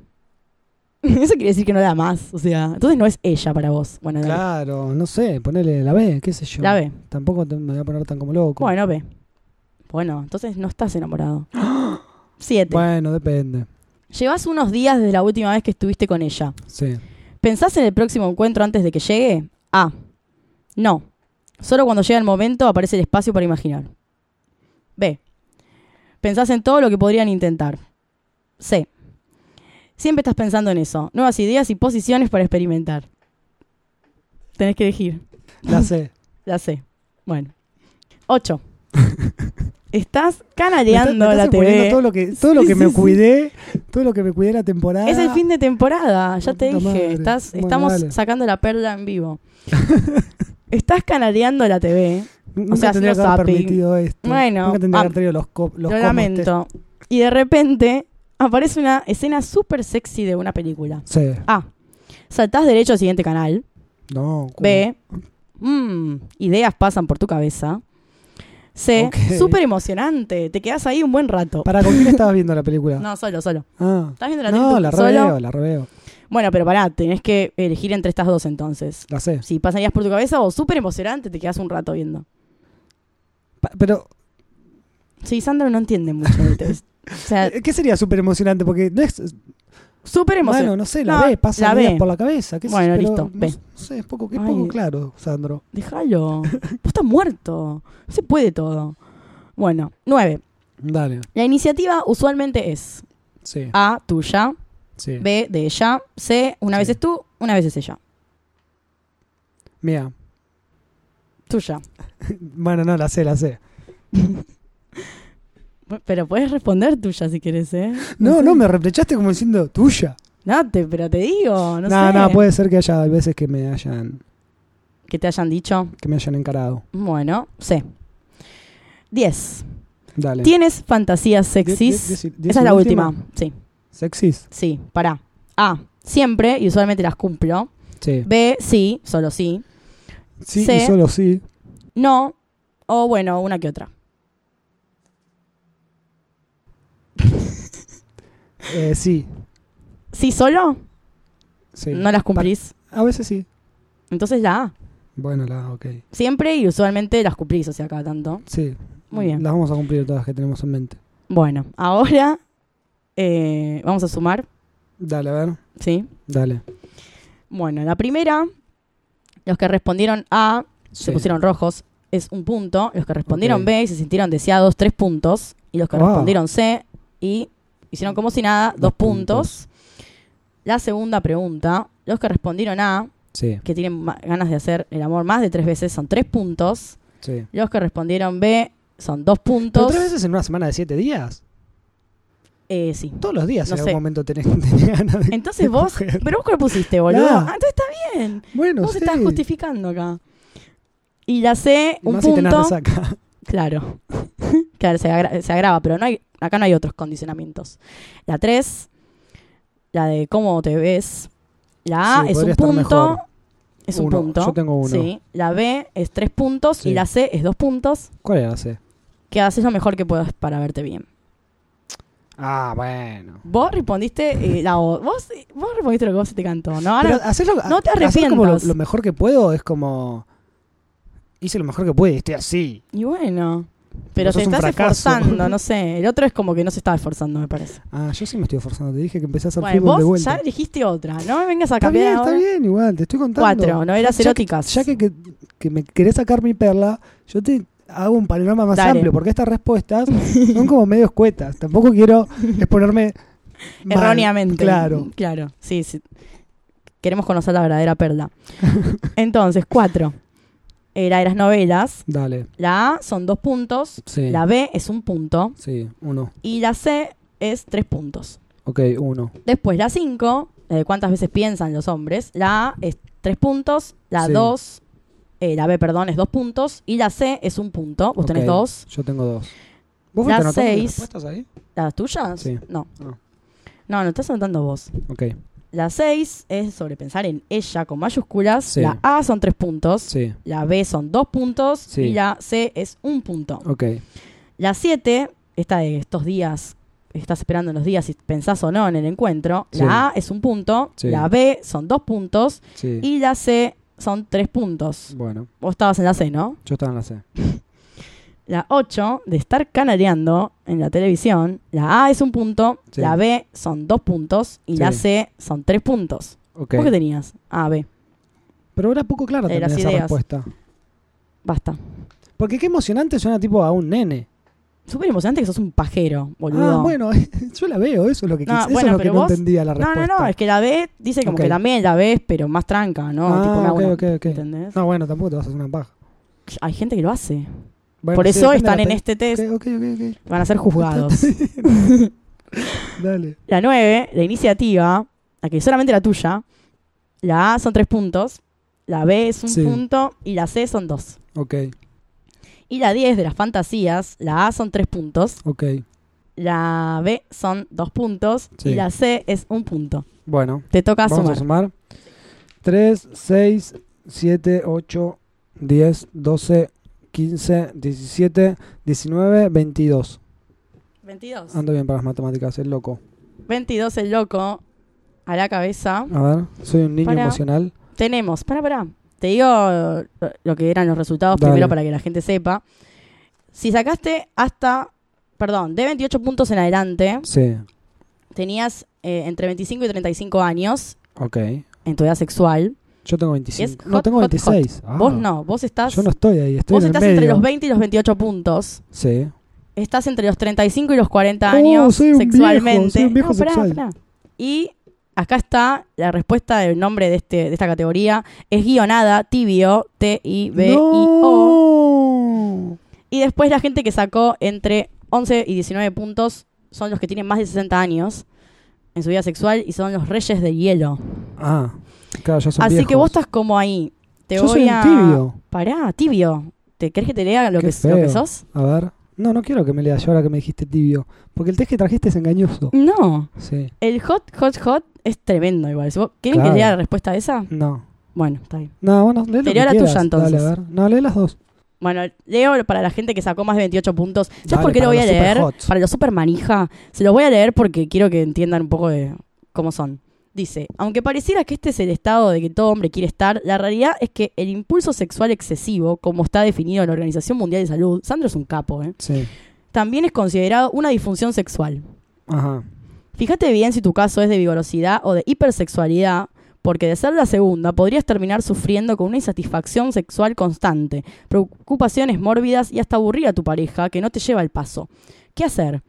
Speaker 2: Eso quiere decir que no da más. O sea, entonces no es ella para vos. Bueno, dale.
Speaker 1: Claro, no sé, ponele la B, qué sé yo.
Speaker 2: la B.
Speaker 1: Tampoco te- me voy a poner tan como loco.
Speaker 2: Bueno, B. Bueno, entonces no estás enamorado. Siete.
Speaker 1: Bueno, depende.
Speaker 2: Llevas unos días desde la última vez que estuviste con ella.
Speaker 1: Sí.
Speaker 2: ¿Pensás en el próximo encuentro antes de que llegue? A. No. Solo cuando llega el momento aparece el espacio para imaginar. B. Pensás en todo lo que podrían intentar. C. Siempre estás pensando en eso. Nuevas ideas y posiciones para experimentar. Tenés que elegir.
Speaker 1: La C.
Speaker 2: La C. Bueno. 8. estás
Speaker 1: Me está- me
Speaker 2: canaleando
Speaker 1: estás
Speaker 2: la
Speaker 1: exponiendo
Speaker 2: TV.
Speaker 1: Todo lo que, todo lo
Speaker 2: Sí,
Speaker 1: que
Speaker 2: sí,
Speaker 1: me
Speaker 2: sí.
Speaker 1: cuidé, todo lo que me cuidé la temporada.
Speaker 2: Es el fin de temporada, ya
Speaker 1: La
Speaker 2: te
Speaker 1: Ah. Oh, puta madre.
Speaker 2: dije. Estás,
Speaker 1: Bueno,
Speaker 2: estamos
Speaker 1: dale.
Speaker 2: sacando la perla en vivo. Estás canaleando la TV.
Speaker 1: Nunca
Speaker 2: o sea,
Speaker 1: tendría que
Speaker 2: haciendo
Speaker 1: haber
Speaker 2: zapping.
Speaker 1: permitido esto.
Speaker 2: Bueno,
Speaker 1: Nunca tendría que haber
Speaker 2: ah,
Speaker 1: traído los, co- los
Speaker 2: Lo
Speaker 1: comos test.
Speaker 2: lamento. Y de repente aparece una escena súper sexy de una película.
Speaker 1: Sí.
Speaker 2: A. Saltás derecho al siguiente canal.
Speaker 1: No. ¿cómo?
Speaker 2: B. mm, ideas pasan por tu cabeza. C.
Speaker 1: Ok.
Speaker 2: Súper emocionante. Te quedás ahí un buen rato.
Speaker 1: ¿Para con quién estabas viendo la película?
Speaker 2: No, solo, solo.
Speaker 1: Ah.
Speaker 2: ¿Estás viendo la
Speaker 1: No,
Speaker 2: tele
Speaker 1: la
Speaker 2: tú solo?
Speaker 1: reveo, la reveo.
Speaker 2: Bueno, pero pará, tenés que elegir entre estas dos entonces.
Speaker 1: La C.
Speaker 2: si pasarías por tu cabeza o súper emocionante, te quedas un rato viendo.
Speaker 1: Pa- Pero,
Speaker 2: Sí, Sandro no entiende mucho de test. O sea,
Speaker 1: eh, ¿qué sería súper emocionante? Porque no es.
Speaker 2: súper emocionante.
Speaker 1: Bueno, no sé, la
Speaker 2: No,
Speaker 1: B, pasa
Speaker 2: la
Speaker 1: ideas
Speaker 2: B.
Speaker 1: por la cabeza. ¿qué sé-
Speaker 2: Bueno,
Speaker 1: pero
Speaker 2: listo,
Speaker 1: no
Speaker 2: B.
Speaker 1: sé- No sé, es poco, es
Speaker 2: Ay.
Speaker 1: poco claro, Sandro.
Speaker 2: Déjalo. Vos estás muerto. No se puede todo. Bueno, nueve.
Speaker 1: Dale,
Speaker 2: La iniciativa usualmente es
Speaker 1: sí,
Speaker 2: A, tuya,
Speaker 1: sí.
Speaker 2: B, de ella, C, una
Speaker 1: Sí.
Speaker 2: vez es tú, una vez es ella.
Speaker 1: Mira,
Speaker 2: Tuya.
Speaker 1: bueno, no, la C, la C.
Speaker 2: Pero puedes responder tuya si quieres, ¿eh?
Speaker 1: No,
Speaker 2: sé.
Speaker 1: no, me replechaste como diciendo tuya.
Speaker 2: No, te, pero te digo, no,
Speaker 1: No, no, pues-
Speaker 2: sé.
Speaker 1: puede ser que haya veces que me hayan,
Speaker 2: Que te hayan dicho.
Speaker 1: que me hayan encarado.
Speaker 2: Bueno, C. Diez.
Speaker 1: Dale.
Speaker 2: ¿Tienes fantasías
Speaker 1: Die- die-
Speaker 2: sexys?
Speaker 1: dieci-
Speaker 2: Esa es la
Speaker 1: dieciúltima.
Speaker 2: última. Sí,
Speaker 1: ¿Sexys?
Speaker 2: sí, pará. A. Siempre y usualmente las cumplo.
Speaker 1: Sí.
Speaker 2: B. Sí, solo sí.
Speaker 1: Sí,
Speaker 2: C.
Speaker 1: y solo sí.
Speaker 2: No. O bueno, una que otra.
Speaker 1: Eh, sí,
Speaker 2: ¿Sí solo?
Speaker 1: sí.
Speaker 2: No las cumplís.
Speaker 1: A veces sí.
Speaker 2: Entonces la A.
Speaker 1: Bueno, la, ok.
Speaker 2: Siempre y usualmente las cumplís, o sea, cada tanto.
Speaker 1: Sí.
Speaker 2: Muy bien.
Speaker 1: Las vamos a cumplir todas las que tenemos en mente.
Speaker 2: Bueno, ahora eh, vamos a sumar,
Speaker 1: Dale, a ver.
Speaker 2: ¿sí?
Speaker 1: Dale.
Speaker 2: Bueno, la primera, los que respondieron A
Speaker 1: Sí.
Speaker 2: se pusieron rojos, es un punto. Los que respondieron
Speaker 1: Ok.
Speaker 2: B y se sintieron deseados, tres puntos. Y los que
Speaker 1: Wow.
Speaker 2: respondieron C y hicieron como si nada, dos,
Speaker 1: Dos
Speaker 2: puntos. La segunda pregunta, los que respondieron A,
Speaker 1: Sí,
Speaker 2: que tienen ma- ganas de hacer el amor más de tres veces, son tres puntos.
Speaker 1: sí.
Speaker 2: Los que respondieron B son dos
Speaker 1: ¿Pero
Speaker 2: puntos.
Speaker 1: tres veces en una semana de siete días?
Speaker 2: Eh, sí.
Speaker 1: Todos los días
Speaker 2: No
Speaker 1: en
Speaker 2: sé.
Speaker 1: algún momento tenés, tenés ganas de...
Speaker 2: Entonces vos,
Speaker 1: coger.
Speaker 2: pero vos que lo pusiste, boludo.
Speaker 1: Nah.
Speaker 2: Ah, entonces está bien.
Speaker 1: Bueno,
Speaker 2: vos
Speaker 1: sí.
Speaker 2: estás justificando acá. Y la C,
Speaker 1: Y
Speaker 2: un
Speaker 1: más si tenés
Speaker 2: punto.
Speaker 1: resaca.
Speaker 2: Claro. claro, se, agra- se agrava, pero no hay, acá no hay otros condicionamientos. La 3, la de cómo te ves. La A
Speaker 1: Sí,
Speaker 2: es
Speaker 1: podría
Speaker 2: un
Speaker 1: estar
Speaker 2: punto.
Speaker 1: mejor.
Speaker 2: Es
Speaker 1: Uno.
Speaker 2: un punto.
Speaker 1: Yo tengo uno.
Speaker 2: Sí. La B es tres puntos
Speaker 1: Sí.
Speaker 2: y la C es dos puntos.
Speaker 1: ¿Cuál era la C?
Speaker 2: Que haces lo mejor que puedas para verte bien.
Speaker 1: Ah, bueno.
Speaker 2: Vos respondiste eh, la O. Vos, vos respondiste lo que vos se te cantó, ¿no? Ahora-
Speaker 1: Pero hacer lo-
Speaker 2: no te
Speaker 1: hacer como lo,
Speaker 2: arrepientas.
Speaker 1: lo mejor que puedo es como... Hice lo mejor que pude y estoy así.
Speaker 2: y bueno. Pero
Speaker 1: Vos
Speaker 2: te
Speaker 1: sos un
Speaker 2: estás
Speaker 1: fracaso.
Speaker 2: esforzando, no sé. El otro es como que no se estaba esforzando, me parece.
Speaker 1: Ah, yo sí me estoy forzando. Te dije que empecé a hacer
Speaker 2: Bueno,
Speaker 1: fútbol de
Speaker 2: vos
Speaker 1: vuelta.
Speaker 2: ya dijiste otra. No me vengas a
Speaker 1: está
Speaker 2: cambiar
Speaker 1: bien,
Speaker 2: ahora.
Speaker 1: está bien. Igual, te estoy contando.
Speaker 2: Cuatro, novelas
Speaker 1: Ya que-
Speaker 2: eróticas.
Speaker 1: Ya que, que, que me querés sacar mi perla, yo te hago un panorama más
Speaker 2: Dale.
Speaker 1: amplio. Porque estas respuestas son como medio escuetas. Tampoco quiero exponerme... mal.
Speaker 2: Erróneamente.
Speaker 1: Claro.
Speaker 2: Claro, sí, sí. Queremos conocer la verdadera perla. Entonces, cuatro. Era de las novelas.
Speaker 1: Dale.
Speaker 2: La A son dos puntos.
Speaker 1: Sí.
Speaker 2: La B es un punto.
Speaker 1: Sí, uno.
Speaker 2: Y la C es tres puntos.
Speaker 1: Ok, uno.
Speaker 2: Después, la cinco, la de cuántas veces piensan los hombres. La A es tres puntos. La
Speaker 1: Sí.
Speaker 2: dos eh, la B, perdón, es dos puntos. Y la C es un punto. Vos tenés
Speaker 1: Ok,
Speaker 2: dos.
Speaker 1: Yo tengo dos. ¿Vos
Speaker 2: Las
Speaker 1: fuiste anotando las
Speaker 2: seis.
Speaker 1: respuestas ahí?
Speaker 2: ¿Las tuyas?
Speaker 1: Sí.
Speaker 2: No.
Speaker 1: No.
Speaker 2: No, no estás anotando vos.
Speaker 1: Ok,
Speaker 2: La 6 es sobre pensar en ella con mayúsculas.
Speaker 1: Sí.
Speaker 2: La A son tres puntos.
Speaker 1: sí,
Speaker 2: La B son dos puntos.
Speaker 1: Sí. Oh.
Speaker 2: Y la C es un punto.
Speaker 1: ok.
Speaker 2: La 7, esta de estos días, estás esperando en los días si pensás o no en el encuentro.
Speaker 1: Sí.
Speaker 2: La A es un punto.
Speaker 1: Sí.
Speaker 2: La B son dos puntos.
Speaker 1: Sí.
Speaker 2: Y la C son tres puntos.
Speaker 1: Bueno,
Speaker 2: Vos estabas en la C, ¿no?
Speaker 1: yo estaba en la C.
Speaker 2: La 8, de estar canareando en la televisión. La A es un punto.
Speaker 1: Sí.
Speaker 2: La B son dos puntos. Y
Speaker 1: Sí.
Speaker 2: la C son tres puntos.
Speaker 1: Ok.
Speaker 2: ¿Vos qué tenías? A, B.
Speaker 1: Pero era poco clara
Speaker 2: Eh,
Speaker 1: también
Speaker 2: las
Speaker 1: esa
Speaker 2: ideas.
Speaker 1: respuesta.
Speaker 2: Basta.
Speaker 1: Porque qué emocionante suena tipo a un nene.
Speaker 2: Súper emocionante que sos un pajero, boludo.
Speaker 1: Ah, bueno, yo la veo, eso es lo que,
Speaker 2: No,
Speaker 1: quis- eso
Speaker 2: bueno,
Speaker 1: es lo que
Speaker 2: pero
Speaker 1: no
Speaker 2: vos-
Speaker 1: entendía la
Speaker 2: no, no,
Speaker 1: respuesta.
Speaker 2: no, es que la B dice como
Speaker 1: Ok.
Speaker 2: que también la ves, pero más tranca, ¿no?
Speaker 1: Ah,
Speaker 2: tipo, me hago
Speaker 1: ok,
Speaker 2: una-
Speaker 1: ok, ok.
Speaker 2: ¿Entendés?
Speaker 1: No, bueno, tampoco te vas a hacer una paja.
Speaker 2: Hay gente que lo hace.
Speaker 1: Bueno,
Speaker 2: Por
Speaker 1: sí,
Speaker 2: eso
Speaker 1: depende de
Speaker 2: están
Speaker 1: la
Speaker 2: en
Speaker 1: pe-
Speaker 2: este test,
Speaker 1: Ok, ok, ok,
Speaker 2: van a ser juzgados.
Speaker 1: ok. Dale.
Speaker 2: la 9, la iniciativa, la que solamente la tuya. La A son tres puntos, la B es un
Speaker 1: Sí.
Speaker 2: punto y la C son dos.
Speaker 1: Ok,
Speaker 2: Y la 10 de las fantasías, la A son tres puntos,
Speaker 1: ok.
Speaker 2: la B son dos puntos
Speaker 1: Sí.
Speaker 2: y la C es un punto.
Speaker 1: Bueno,
Speaker 2: Te toca
Speaker 1: vamos
Speaker 2: sumar.
Speaker 1: a sumar. 3, 6, 7, 8, 10, 12, 15, 17, 19, 22.
Speaker 2: 22.
Speaker 1: Ando bien para las matemáticas, es loco.
Speaker 2: 22 el loco a la cabeza.
Speaker 1: A ver, soy un niño
Speaker 2: Para.
Speaker 1: emocional.
Speaker 2: Tenemos, para, para. Te digo eh, lo que eran los resultados
Speaker 1: Dale.
Speaker 2: primero para que la gente sepa. Si sacaste hasta, perdón, de 28 puntos en adelante,
Speaker 1: Sí,
Speaker 2: tenías eh, entre 25 y 35 años
Speaker 1: ok.
Speaker 2: en tu edad sexual.
Speaker 1: Yo tengo
Speaker 2: Es
Speaker 1: 25.
Speaker 2: hot,
Speaker 1: no, tengo
Speaker 2: hot,
Speaker 1: 26. Ah,
Speaker 2: Vos no, vos estás,
Speaker 1: Yo no estoy ahí, estoy
Speaker 2: vos
Speaker 1: en el
Speaker 2: estás
Speaker 1: medio.
Speaker 2: entre los 20 y los 28 puntos.
Speaker 1: Sí.
Speaker 2: Estás entre los 35 y los 40
Speaker 1: Oh,
Speaker 2: años
Speaker 1: soy un
Speaker 2: sexualmente.
Speaker 1: viejo, soy un viejo
Speaker 2: pará,
Speaker 1: sexual.
Speaker 2: pará. Y acá está la respuesta del nombre de, este, de esta categoría. Es guionada, tibio, T-I-B-I-O.
Speaker 1: no.
Speaker 2: Y después la gente que sacó entre 11 y 19 puntos son los que tienen más de 60 años en su vida sexual y son los reyes de hielo.
Speaker 1: Ah, claro, ya son
Speaker 2: Así que
Speaker 1: viejos.
Speaker 2: vos estás como ahí. Te
Speaker 1: Yo
Speaker 2: voy
Speaker 1: soy un
Speaker 2: a...
Speaker 1: tibio.
Speaker 2: Pará, tibio. ¿Te crees que te lea lo,
Speaker 1: Qué
Speaker 2: que, lo que
Speaker 1: feo.
Speaker 2: sos?
Speaker 1: A ver. No, no quiero que me leas yo ahora que me dijiste tibio. Porque el test que trajiste es engañoso.
Speaker 2: No.
Speaker 1: Sí.
Speaker 2: El hot, hot, hot es tremendo igual. Si vos- ¿Quieren
Speaker 1: Claro.
Speaker 2: que lea la respuesta a esa?
Speaker 1: No.
Speaker 2: Bueno, está bien.
Speaker 1: No, bueno, lee lo
Speaker 2: Te
Speaker 1: que
Speaker 2: leo la
Speaker 1: quieras.
Speaker 2: tuya, entonces.
Speaker 1: Dale, a ver. No, lee las dos.
Speaker 2: Bueno, leo para la gente que sacó más de 28 puntos. ¿Sabes
Speaker 1: Dale,
Speaker 2: por qué lo
Speaker 1: para
Speaker 2: voy a
Speaker 1: los
Speaker 2: leer?
Speaker 1: superhots.
Speaker 2: Para los super manija. Se los voy a leer porque quiero que entiendan un poco de cómo son. Dice, aunque pareciera que este es el estado de que todo hombre quiere estar, la realidad es que el impulso sexual excesivo, como está definido en la Organización Mundial de Salud, Sandro es un capo, ¿eh?
Speaker 1: Sí.
Speaker 2: también es considerado una disfunción sexual.
Speaker 1: Ajá.
Speaker 2: Fíjate bien si tu caso es de vigorosidad o de hipersexualidad, porque de ser la segunda podrías terminar sufriendo con una insatisfacción sexual constante, preocupaciones mórbidas y hasta aburrir a tu pareja que no te lleva al paso. ¿Qué hacer?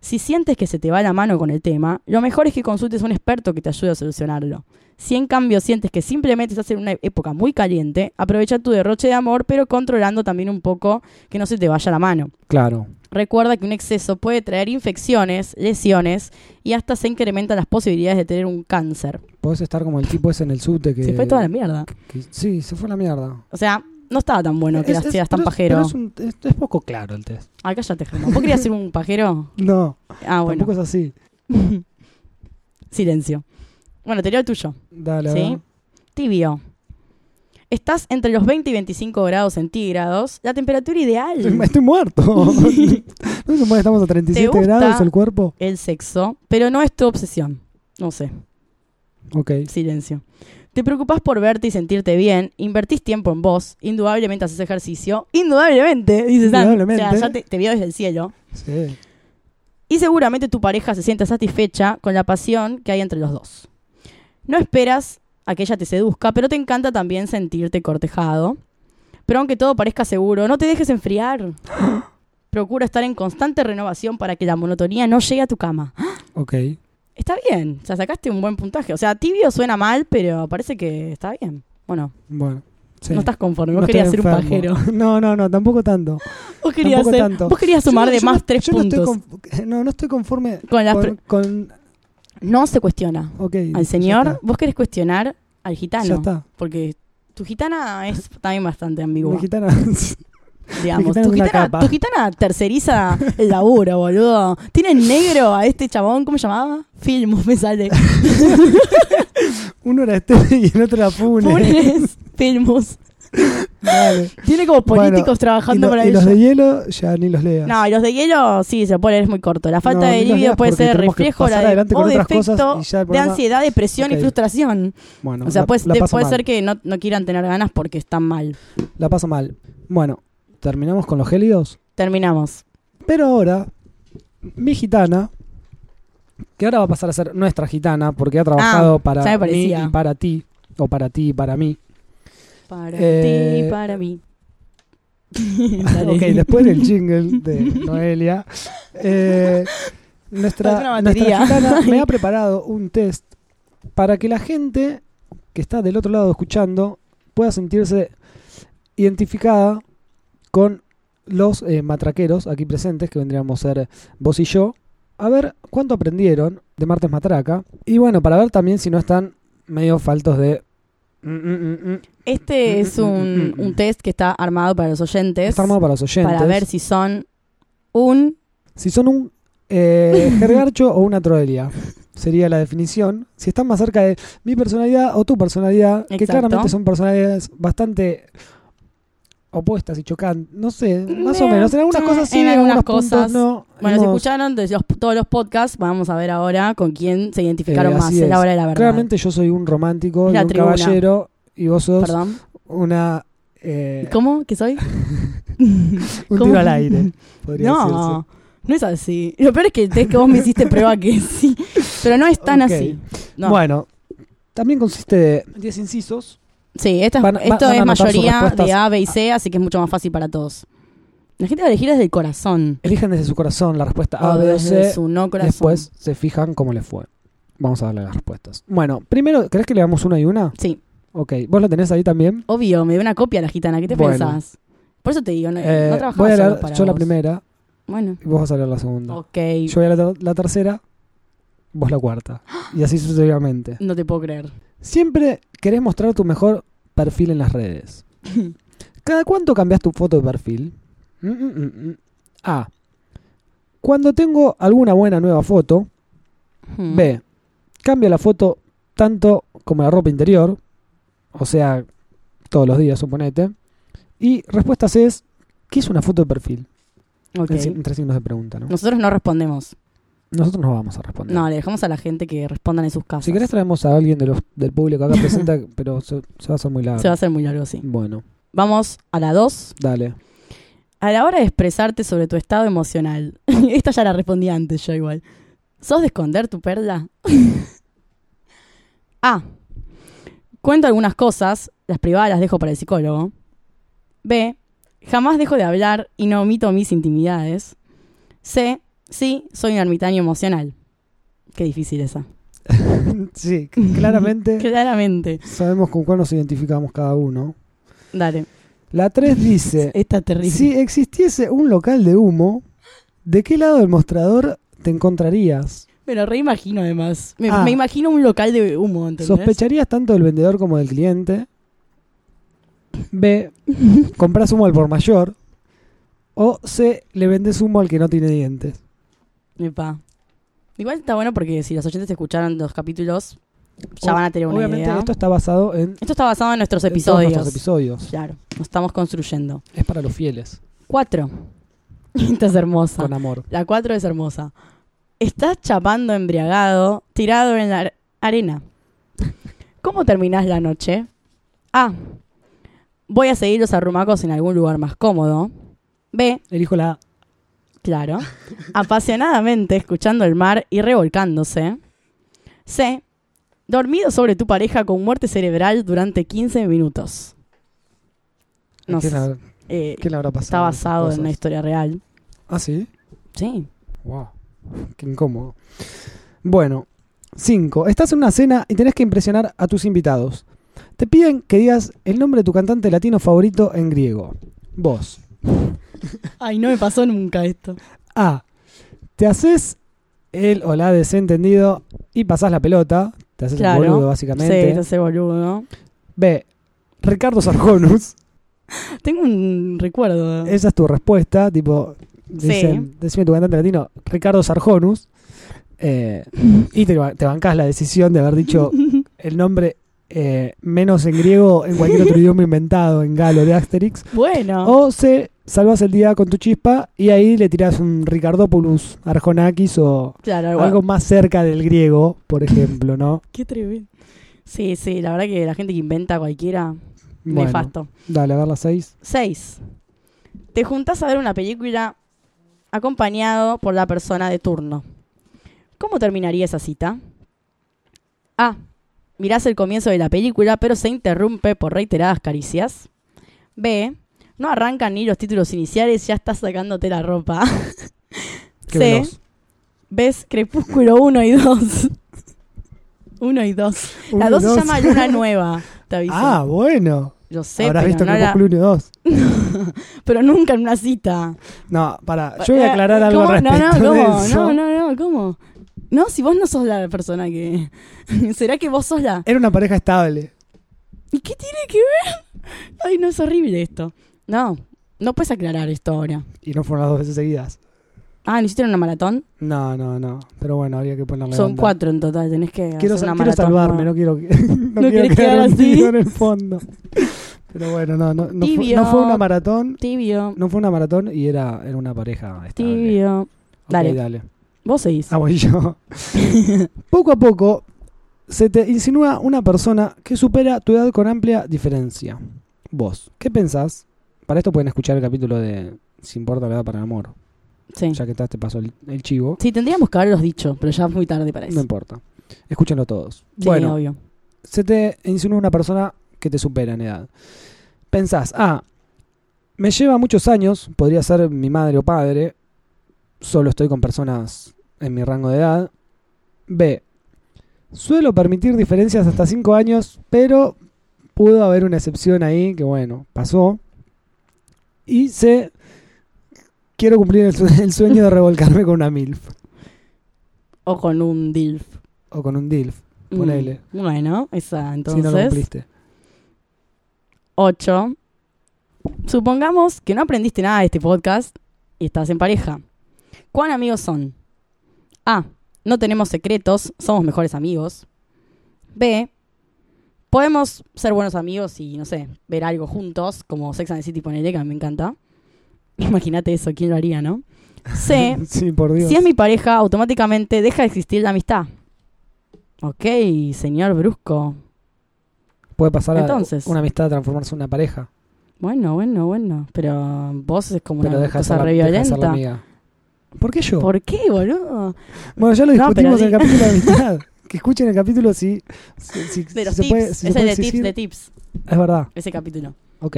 Speaker 2: Si sientes que se te va la mano con el tema, lo mejor es que consultes a un experto que te ayude a solucionarlo. Si en cambio sientes que simplemente estás en una época muy caliente, aprovecha tu derroche de amor, pero controlando también un poco que no se te vaya la mano.
Speaker 1: Claro.
Speaker 2: Recuerda que un exceso puede traer infecciones, lesiones y hasta se incrementan las posibilidades de tener un cáncer.
Speaker 1: Podés estar como el tipo ese en el subte que...
Speaker 2: Se fue toda la mierda.
Speaker 1: que- Sí, se fue a la mierda.
Speaker 2: O sea, no estaba tan bueno que
Speaker 1: Es-
Speaker 2: las
Speaker 1: es-
Speaker 2: seas tan
Speaker 1: pero es-
Speaker 2: pajero.
Speaker 1: pero es, un- es- es poco claro el test.
Speaker 2: Ah, cállate, Germán. ¿Vos querías ser un pajero?
Speaker 1: No,
Speaker 2: Ah, bueno.
Speaker 1: tampoco es así.
Speaker 2: Silencio. Bueno, te leo el tuyo.
Speaker 1: Dale, a
Speaker 2: ¿Sí?
Speaker 1: ver.
Speaker 2: Tibio. Estás entre los 20 y 25 grados centígrados. La temperatura ideal.
Speaker 1: Estoy muerto. no se supone que estamos a 37
Speaker 2: gusta?
Speaker 1: grados el cuerpo.
Speaker 2: El sexo, pero no es tu obsesión. No sé.
Speaker 1: Ok.
Speaker 2: Silencio. Te preocupas por verte y sentirte bien, invertís tiempo en vos, indudablemente haces ejercicio, indudablemente, dices Sam.
Speaker 1: Indudablemente.
Speaker 2: O sea, ya te, te vio desde el cielo.
Speaker 1: Sí.
Speaker 2: Y seguramente tu pareja se siente satisfecha con la pasión que hay entre los dos. No esperas a que ella te seduzca, pero te encanta también sentirte cortejado. Pero aunque todo parezca seguro, no te dejes enfriar. Procura estar en constante renovación para que la monotonía no llegue a tu cama.
Speaker 1: Ok.
Speaker 2: Está bien, o sea, sacaste un buen puntaje. O sea, tibio suena mal, pero parece que está bien. Bueno,
Speaker 1: Bueno. Sí.
Speaker 2: no estás conforme, vos
Speaker 1: No
Speaker 2: querías
Speaker 1: estoy
Speaker 2: ser un
Speaker 1: enfermo.
Speaker 2: pajero.
Speaker 1: No, no, no, tampoco tanto.
Speaker 2: Vos querías,
Speaker 1: Tampoco
Speaker 2: ser-
Speaker 1: tanto.
Speaker 2: vos querías sumar
Speaker 1: Yo no-
Speaker 2: de
Speaker 1: yo
Speaker 2: más
Speaker 1: no-
Speaker 2: tres
Speaker 1: yo
Speaker 2: puntos.
Speaker 1: No, estoy conf- no, no estoy conforme
Speaker 2: Con las
Speaker 1: con, con-
Speaker 2: No se cuestiona
Speaker 1: ok,
Speaker 2: al
Speaker 1: ya
Speaker 2: señor,
Speaker 1: está.
Speaker 2: vos querés cuestionar al
Speaker 1: Ya
Speaker 2: gitano.
Speaker 1: está.
Speaker 2: Porque Tu gitana es también bastante
Speaker 1: Mi
Speaker 2: ambigua,
Speaker 1: gitana.
Speaker 2: digamos.
Speaker 1: gitana
Speaker 2: Tu
Speaker 1: es una
Speaker 2: gitana,
Speaker 1: capa.
Speaker 2: tu gitana terceriza el laburo, boludo. Tiene en negro a este chabón, ¿cómo se llamaba? Filmus, me sale.
Speaker 1: Uno era este y el otro era Funes.
Speaker 2: Funes, Filmus.
Speaker 1: Vale.
Speaker 2: Tiene como
Speaker 1: Bueno,
Speaker 2: políticos
Speaker 1: Y,
Speaker 2: trabajando
Speaker 1: lo-
Speaker 2: para
Speaker 1: y
Speaker 2: ellos.
Speaker 1: los de hielo ya ni los leas.
Speaker 2: No, y los de hielo, sí, se puede leer muy corto. La falta
Speaker 1: No,
Speaker 2: de
Speaker 1: ni los
Speaker 2: libido
Speaker 1: leas
Speaker 2: puede
Speaker 1: porque
Speaker 2: ser
Speaker 1: tenemos que
Speaker 2: reflejo
Speaker 1: pasar
Speaker 2: la de-
Speaker 1: adelante con
Speaker 2: o
Speaker 1: otras cosas
Speaker 2: defecto
Speaker 1: y ya
Speaker 2: de
Speaker 1: el programa-
Speaker 2: ansiedad, depresión
Speaker 1: Ok.
Speaker 2: y frustración.
Speaker 1: Bueno,
Speaker 2: o sea,
Speaker 1: la-
Speaker 2: pues,
Speaker 1: la
Speaker 2: te-
Speaker 1: paso
Speaker 2: puede
Speaker 1: mal.
Speaker 2: ser que no, no quieran tener ganas porque están mal.
Speaker 1: La paso mal. Bueno, terminamos con los gélidos.
Speaker 2: Terminamos.
Speaker 1: Pero ahora, mi gitana, que ahora va a pasar a ser nuestra gitana, porque ha trabajado
Speaker 2: Ah, ya
Speaker 1: para
Speaker 2: me
Speaker 1: mí
Speaker 2: parecía.
Speaker 1: y para ti, o para ti y para mí.
Speaker 2: Para
Speaker 1: Eh,
Speaker 2: ti, para mí.
Speaker 1: ok, después del jingle de Noelia, eh,
Speaker 2: Parece una
Speaker 1: nuestra,
Speaker 2: batería.
Speaker 1: nuestra gitana me ha preparado un test para que la gente que está del otro lado escuchando pueda sentirse identificada con los eh, matraqueros aquí presentes, que vendríamos a ser vos y yo, a ver cuánto aprendieron de Martes Matraca. Y bueno, para ver también si no están medio faltos de... mm, mm, mm, mm.
Speaker 2: Este es un,
Speaker 1: Mm, mm, mm, mm.
Speaker 2: un test que está armado para los oyentes.
Speaker 1: Está armado para los oyentes.
Speaker 2: para ver si son un.
Speaker 1: Si son un eh, jergarcho o una troelia, sería la definición. Si están más cerca de mi personalidad o tu personalidad, que
Speaker 2: Exacto.
Speaker 1: claramente son personalidades bastante opuestas y chocantes, no sé, más o
Speaker 2: Eh,
Speaker 1: menos. En algunas
Speaker 2: eh,
Speaker 1: cosas sí,
Speaker 2: en
Speaker 1: en
Speaker 2: algunas
Speaker 1: algunas cosas
Speaker 2: cosas.
Speaker 1: no.
Speaker 2: Bueno, si
Speaker 1: Hemos-
Speaker 2: escucharon desde los- todos los podcasts, vamos a ver ahora con quién se identificaron
Speaker 1: Eh,
Speaker 2: más
Speaker 1: así
Speaker 2: en la
Speaker 1: es.
Speaker 2: hora de la verdad.
Speaker 1: Claramente yo soy un romántico
Speaker 2: Es
Speaker 1: y
Speaker 2: la
Speaker 1: un
Speaker 2: tribuna.
Speaker 1: caballero y vos sos
Speaker 2: Perdón.
Speaker 1: una... eh,
Speaker 2: ¿Cómo? ¿Qué soy?
Speaker 1: un
Speaker 2: ¿Cómo?
Speaker 1: tiro al aire, podría decirse.
Speaker 2: No, no es así. Lo peor es que el test que vos me hiciste prueba que sí. Pero no es tan
Speaker 1: Ok.
Speaker 2: así. No.
Speaker 1: Bueno, también consiste de 10 incisos.
Speaker 2: Sí, esta-
Speaker 1: Van- va-
Speaker 2: esto
Speaker 1: van a
Speaker 2: es
Speaker 1: anotar sus
Speaker 2: mayoría
Speaker 1: respuestas.
Speaker 2: de A, B y C, así que es mucho más fácil para todos. La gente va a elegir desde el corazón.
Speaker 1: Elijan desde su corazón la respuesta
Speaker 2: o
Speaker 1: A, B o
Speaker 2: desde
Speaker 1: C.
Speaker 2: su no corazón.
Speaker 1: Después se fijan cómo les fue. Vamos a darle las respuestas. Bueno, primero, ¿crees que le damos una y una?
Speaker 2: Sí,
Speaker 1: Ok, vos lo tenés ahí también.
Speaker 2: obvio, me dio una copia la gitana. ¿Qué te
Speaker 1: Bueno.
Speaker 2: pensás? Por eso te digo, no, no
Speaker 1: Eh,
Speaker 2: trabajaba
Speaker 1: voy
Speaker 2: solo
Speaker 1: a leer yo
Speaker 2: para
Speaker 1: la
Speaker 2: vos.
Speaker 1: primera
Speaker 2: Bueno,
Speaker 1: y vos vas a leer la segunda.
Speaker 2: ok.
Speaker 1: Yo voy a leer la, la tercera, vos la cuarta. Y así sucesivamente.
Speaker 2: No te puedo creer.
Speaker 1: Siempre querés mostrar tu mejor perfil en las redes. ¿Cada cuánto cambias tu foto de perfil? Mm, mm, mm, mm. A. Cuando tengo alguna buena nueva foto,
Speaker 2: Hmm.
Speaker 1: B. Cambia la foto tanto como la ropa interior. O sea, todos los días, suponete. Y respuesta C es, ¿qué es una foto de perfil?
Speaker 2: Ok.
Speaker 1: En si- Entre signos de pregunta, ¿no?
Speaker 2: Nosotros no respondemos.
Speaker 1: Nosotros no vamos a responder.
Speaker 2: No, le dejamos a la gente que respondan en sus casas.
Speaker 1: si querés traemos a alguien de los, del público acá presenta, pero se, se va a hacer muy largo.
Speaker 2: Se va a hacer muy largo, sí.
Speaker 1: Bueno,
Speaker 2: Vamos a la 2.
Speaker 1: dale.
Speaker 2: A la hora de expresarte sobre tu estado emocional. Esta ya la respondí antes, yo igual. ¿Sos de esconder tu perla? A. Cuento algunas cosas, las privadas las dejo para el psicólogo. B. Jamás dejo de hablar y no omito mis intimidades. C. Sí, soy un ermitaño emocional. Qué difícil esa.
Speaker 1: sí, claramente
Speaker 2: Claramente.
Speaker 1: sabemos con cuál nos identificamos cada uno.
Speaker 2: Dale.
Speaker 1: La 3 dice...
Speaker 2: Esta terrible.
Speaker 1: Si existiese un local de humo, ¿de qué lado del mostrador te encontrarías?
Speaker 2: Me lo reimagino además. Me,
Speaker 1: Ah.
Speaker 2: me imagino un local de humo, ¿entendés?
Speaker 1: ¿Sospecharías tanto del vendedor como del cliente? B. Compras humo al por mayor. O C. Le vendes humo al que no tiene dientes.
Speaker 2: Epa. Igual está bueno porque si los oyentes escucharon los capítulos, ya
Speaker 1: O-
Speaker 2: van a tener una
Speaker 1: Oh, Obviamente
Speaker 2: idea. Esto,
Speaker 1: esto está basado en,
Speaker 2: está basado en nuestros
Speaker 1: en todos
Speaker 2: episodios.
Speaker 1: nuestros episodios.
Speaker 2: Claro, nos estamos construyendo.
Speaker 1: Es para los fieles,
Speaker 2: Cuatro. Esta es hermosa.
Speaker 1: con amor.
Speaker 2: La cuatro es hermosa. Estás chapando embriagado, tirado en la ar- arena. ¿Cómo terminás la noche? A. Voy a seguir los arrumacos en algún lugar más cómodo. B.
Speaker 1: Elijo la A.
Speaker 2: Claro. Apasionadamente escuchando el mar y revolcándose. C. Dormido sobre tu pareja con muerte cerebral durante 15 minutos. No
Speaker 1: ¿Quién,
Speaker 2: sé.
Speaker 1: habrá,
Speaker 2: eh,
Speaker 1: quién habrá pasado?
Speaker 2: está
Speaker 1: esas
Speaker 2: basado en una
Speaker 1: cosas?
Speaker 2: historia real.
Speaker 1: Ah, sí.
Speaker 2: Sí.
Speaker 1: Wow, qué incómodo. Bueno, 5. Estás en una cena y tenés que impresionar a tus invitados. Te piden que digas el nombre de tu cantante latino favorito en griego. Vos.
Speaker 2: Ay, no me pasó nunca esto.
Speaker 1: A. Te haces el o la desentendido y pasás la pelota. Te haces
Speaker 2: Claro.
Speaker 1: el
Speaker 2: Sí,
Speaker 1: boludo, básicamente.
Speaker 2: ese boludo.
Speaker 1: B. Ricardo Sarjonus.
Speaker 2: Tengo un recuerdo.
Speaker 1: Esa es tu respuesta, tipo, dicen, decime tu cantante latino, Ricardo Sarjonus. eh, y te, ba- te bancás la decisión de haber dicho el nombre eh, menos en griego, en cualquier otro idioma inventado, en galo de Asterix.
Speaker 2: bueno.
Speaker 1: O se salvas el día con tu chispa y ahí le tirás un Ricardopoulos, Arjonakis o
Speaker 2: claro, algo-
Speaker 1: algo más cerca del griego, por ejemplo, ¿no?
Speaker 2: Qué tremendo. Sí, sí, la verdad que la gente que inventa cualquiera,
Speaker 1: Bueno,
Speaker 2: nefasto.
Speaker 1: dale, a ver las seis.
Speaker 2: 6. Te juntás a ver una película acompañado por la persona de turno. ¿Cómo terminaría esa cita? A. Mirás el comienzo de la película, pero se interrumpe por reiteradas caricias. B. No arrancan ni los títulos iniciales, ya estás sacándote la ropa.
Speaker 1: Qué
Speaker 2: C.
Speaker 1: veloz.
Speaker 2: Ves Crepúsculo 1 y 2. 1 y 2. La
Speaker 1: Uno,
Speaker 2: 2 se
Speaker 1: dos.
Speaker 2: llama Luna Nueva, te aviso.
Speaker 1: Ah, bueno.
Speaker 2: Yo sé,
Speaker 1: Habrás
Speaker 2: pero,
Speaker 1: visto
Speaker 2: no
Speaker 1: que
Speaker 2: la-
Speaker 1: Cluny 2.
Speaker 2: pero nunca en una cita.
Speaker 1: No, para, yo voy a aclarar
Speaker 2: Eh,
Speaker 1: algo
Speaker 2: ¿cómo?
Speaker 1: al respecto
Speaker 2: no, no,
Speaker 1: de
Speaker 2: ¿cómo?
Speaker 1: eso.
Speaker 2: No, no, no, ¿cómo? No, si vos no sos la persona que... ¿Será que vos sos la...?
Speaker 1: Era una pareja estable.
Speaker 2: ¿Y qué tiene que ver? Ay, no, es horrible esto. No, no puedes aclarar esto ahora.
Speaker 1: Y no fueron las dos veces seguidas.
Speaker 2: Ah, ¿no hicieron una maratón?
Speaker 1: No, no, no. Pero bueno, habría que ponerle
Speaker 2: Son
Speaker 1: onda.
Speaker 2: cuatro en total, tenés que
Speaker 1: Quiero,
Speaker 2: hacer una
Speaker 1: quiero
Speaker 2: maratón. nueva.
Speaker 1: salvarme, no quiero, que-
Speaker 2: ¿No
Speaker 1: no quiero
Speaker 2: querés
Speaker 1: quedar
Speaker 2: quedar así?
Speaker 1: hundido en el fondo. Pero bueno, no, no, no, fue,
Speaker 2: Tibio.
Speaker 1: no fue una maratón.
Speaker 2: Tibio,
Speaker 1: No fue una maratón y era, era una pareja estable.
Speaker 2: tibio.
Speaker 1: Ok,
Speaker 2: Dale.
Speaker 1: dale.
Speaker 2: Vos seguís.
Speaker 1: Ah, voy yo. poco a poco se te insinúa una persona que supera tu edad con amplia diferencia. Vos, ¿qué pensás? Para esto pueden escuchar el capítulo de Si importa la edad para el amor.
Speaker 2: sí.
Speaker 1: Ya que estás, te pasó el, el chivo.
Speaker 2: Sí, tendríamos que haberlos dicho, pero ya es muy tarde para eso.
Speaker 1: No importa. Escúchenlo todos.
Speaker 2: Sí,
Speaker 1: bueno,
Speaker 2: obvio.
Speaker 1: se te insinúa una persona que te supera en edad. Pensás, ah, me lleva muchos años, podría ser mi madre o padre, solo estoy con personas en mi rango de edad. B, suelo permitir diferencias hasta 5 años, pero pudo haber una excepción ahí, que bueno, pasó. Y C, quiero cumplir el, sue- el sueño de revolcarme con una MILF
Speaker 2: O con un DILF.
Speaker 1: o con un DILF,
Speaker 2: Mm,
Speaker 1: Ponele.
Speaker 2: Bueno, esa
Speaker 1: si no lo
Speaker 2: entonces.
Speaker 1: cumpliste.
Speaker 2: 8. Supongamos que no aprendiste nada de este podcast y estás en pareja. ¿Cuán amigos son? A. No tenemos secretos, somos mejores amigos. B. Podemos ser buenos amigos y, no sé, ver algo juntos, como Sex and the City, ponele, que a mí me encanta. Imagínate eso, ¿quién lo haría, no? C.
Speaker 1: sí, por Dios.
Speaker 2: Si es mi pareja, automáticamente deja de existir la amistad. Ok, señor Brusco.
Speaker 1: Puede pasar a-
Speaker 2: Entonces.
Speaker 1: una amistad a transformarse en una pareja.
Speaker 2: Bueno, bueno, bueno. Pero vos es como
Speaker 1: pero
Speaker 2: una
Speaker 1: deja de ser
Speaker 2: cosa
Speaker 1: la,
Speaker 2: re
Speaker 1: deja de ser la
Speaker 2: violenta.
Speaker 1: amiga. ¿Por qué yo?
Speaker 2: ¿Por qué, boludo?
Speaker 1: Bueno, ya lo
Speaker 2: No, pero
Speaker 1: discutimos en el
Speaker 2: di-
Speaker 1: capítulo de amistad. que escuchen el capítulo si, si, si- si
Speaker 2: De los
Speaker 1: se
Speaker 2: tips.
Speaker 1: puede, si se
Speaker 2: es el
Speaker 1: puede
Speaker 2: de tips,
Speaker 1: exigir.
Speaker 2: de tips.
Speaker 1: Es verdad,
Speaker 2: Ese capítulo.
Speaker 1: ok.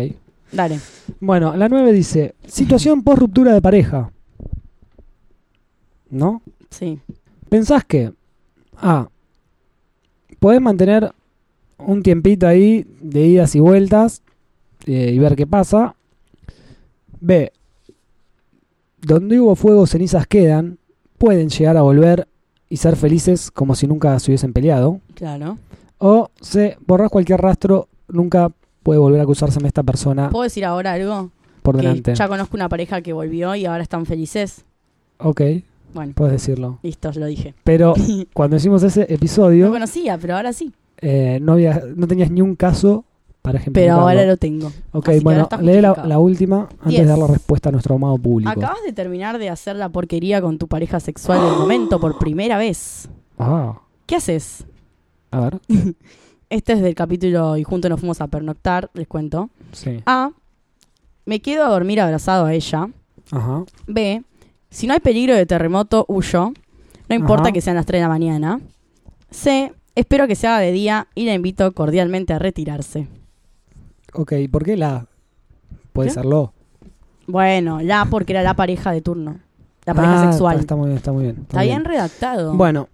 Speaker 2: Dale.
Speaker 1: Bueno, la 9 dice, situación post ruptura de pareja. ¿No?
Speaker 2: Sí.
Speaker 1: ¿Pensás que A. Podés mantener un tiempito ahí de idas y vueltas eh, y ver qué pasa? B. Donde hubo fuego, cenizas quedan. Pueden llegar a volver y ser felices como si nunca se hubiesen peleado.
Speaker 2: Claro.
Speaker 1: O C. Borrás cualquier rastro, nunca puede volver a cruzarse esta persona
Speaker 2: ¿Puedo decir ahora algo?
Speaker 1: por
Speaker 2: Que
Speaker 1: delante.
Speaker 2: ya conozco una pareja que volvió y ahora están felices.
Speaker 1: Ok,
Speaker 2: Bueno,
Speaker 1: puedes decirlo.
Speaker 2: listo, lo dije.
Speaker 1: Pero cuando hicimos ese
Speaker 2: No
Speaker 1: episodio,
Speaker 2: conocía, pero ahora sí.
Speaker 1: Eh, no, había, no tenías ni un caso para
Speaker 2: Pero
Speaker 1: ejemplificarlo.
Speaker 2: ahora lo tengo.
Speaker 1: ok,
Speaker 2: así que
Speaker 1: bueno,
Speaker 2: ahora está
Speaker 1: lee la,
Speaker 2: justificado.
Speaker 1: la última antes de
Speaker 2: Diez.
Speaker 1: dar la respuesta a nuestro amado público.
Speaker 2: Acabas de terminar de hacer la porquería con tu pareja sexual del momento por primera vez.
Speaker 1: Ah,
Speaker 2: ¿Qué haces?
Speaker 1: a ver,
Speaker 2: Este es del capítulo y juntos nos fuimos a pernoctar, les cuento.
Speaker 1: sí.
Speaker 2: A. Me quedo a dormir abrazado a ella.
Speaker 1: Ajá,
Speaker 2: B. Si no hay peligro de terremoto, huyo. No importa
Speaker 1: Ajá.
Speaker 2: que sean las 3 de la mañana. C. Espero que sea de día y la invito cordialmente a retirarse.
Speaker 1: ok, ¿por qué la? Puede
Speaker 2: ¿Qué?
Speaker 1: ser lo.
Speaker 2: Bueno, la porque era la pareja de turno. La pareja
Speaker 1: Ah,
Speaker 2: sexual.
Speaker 1: Está,
Speaker 2: Está,
Speaker 1: está muy bien, está muy bien. está muy
Speaker 2: bien
Speaker 1: bien.
Speaker 2: redactado.
Speaker 1: Bueno,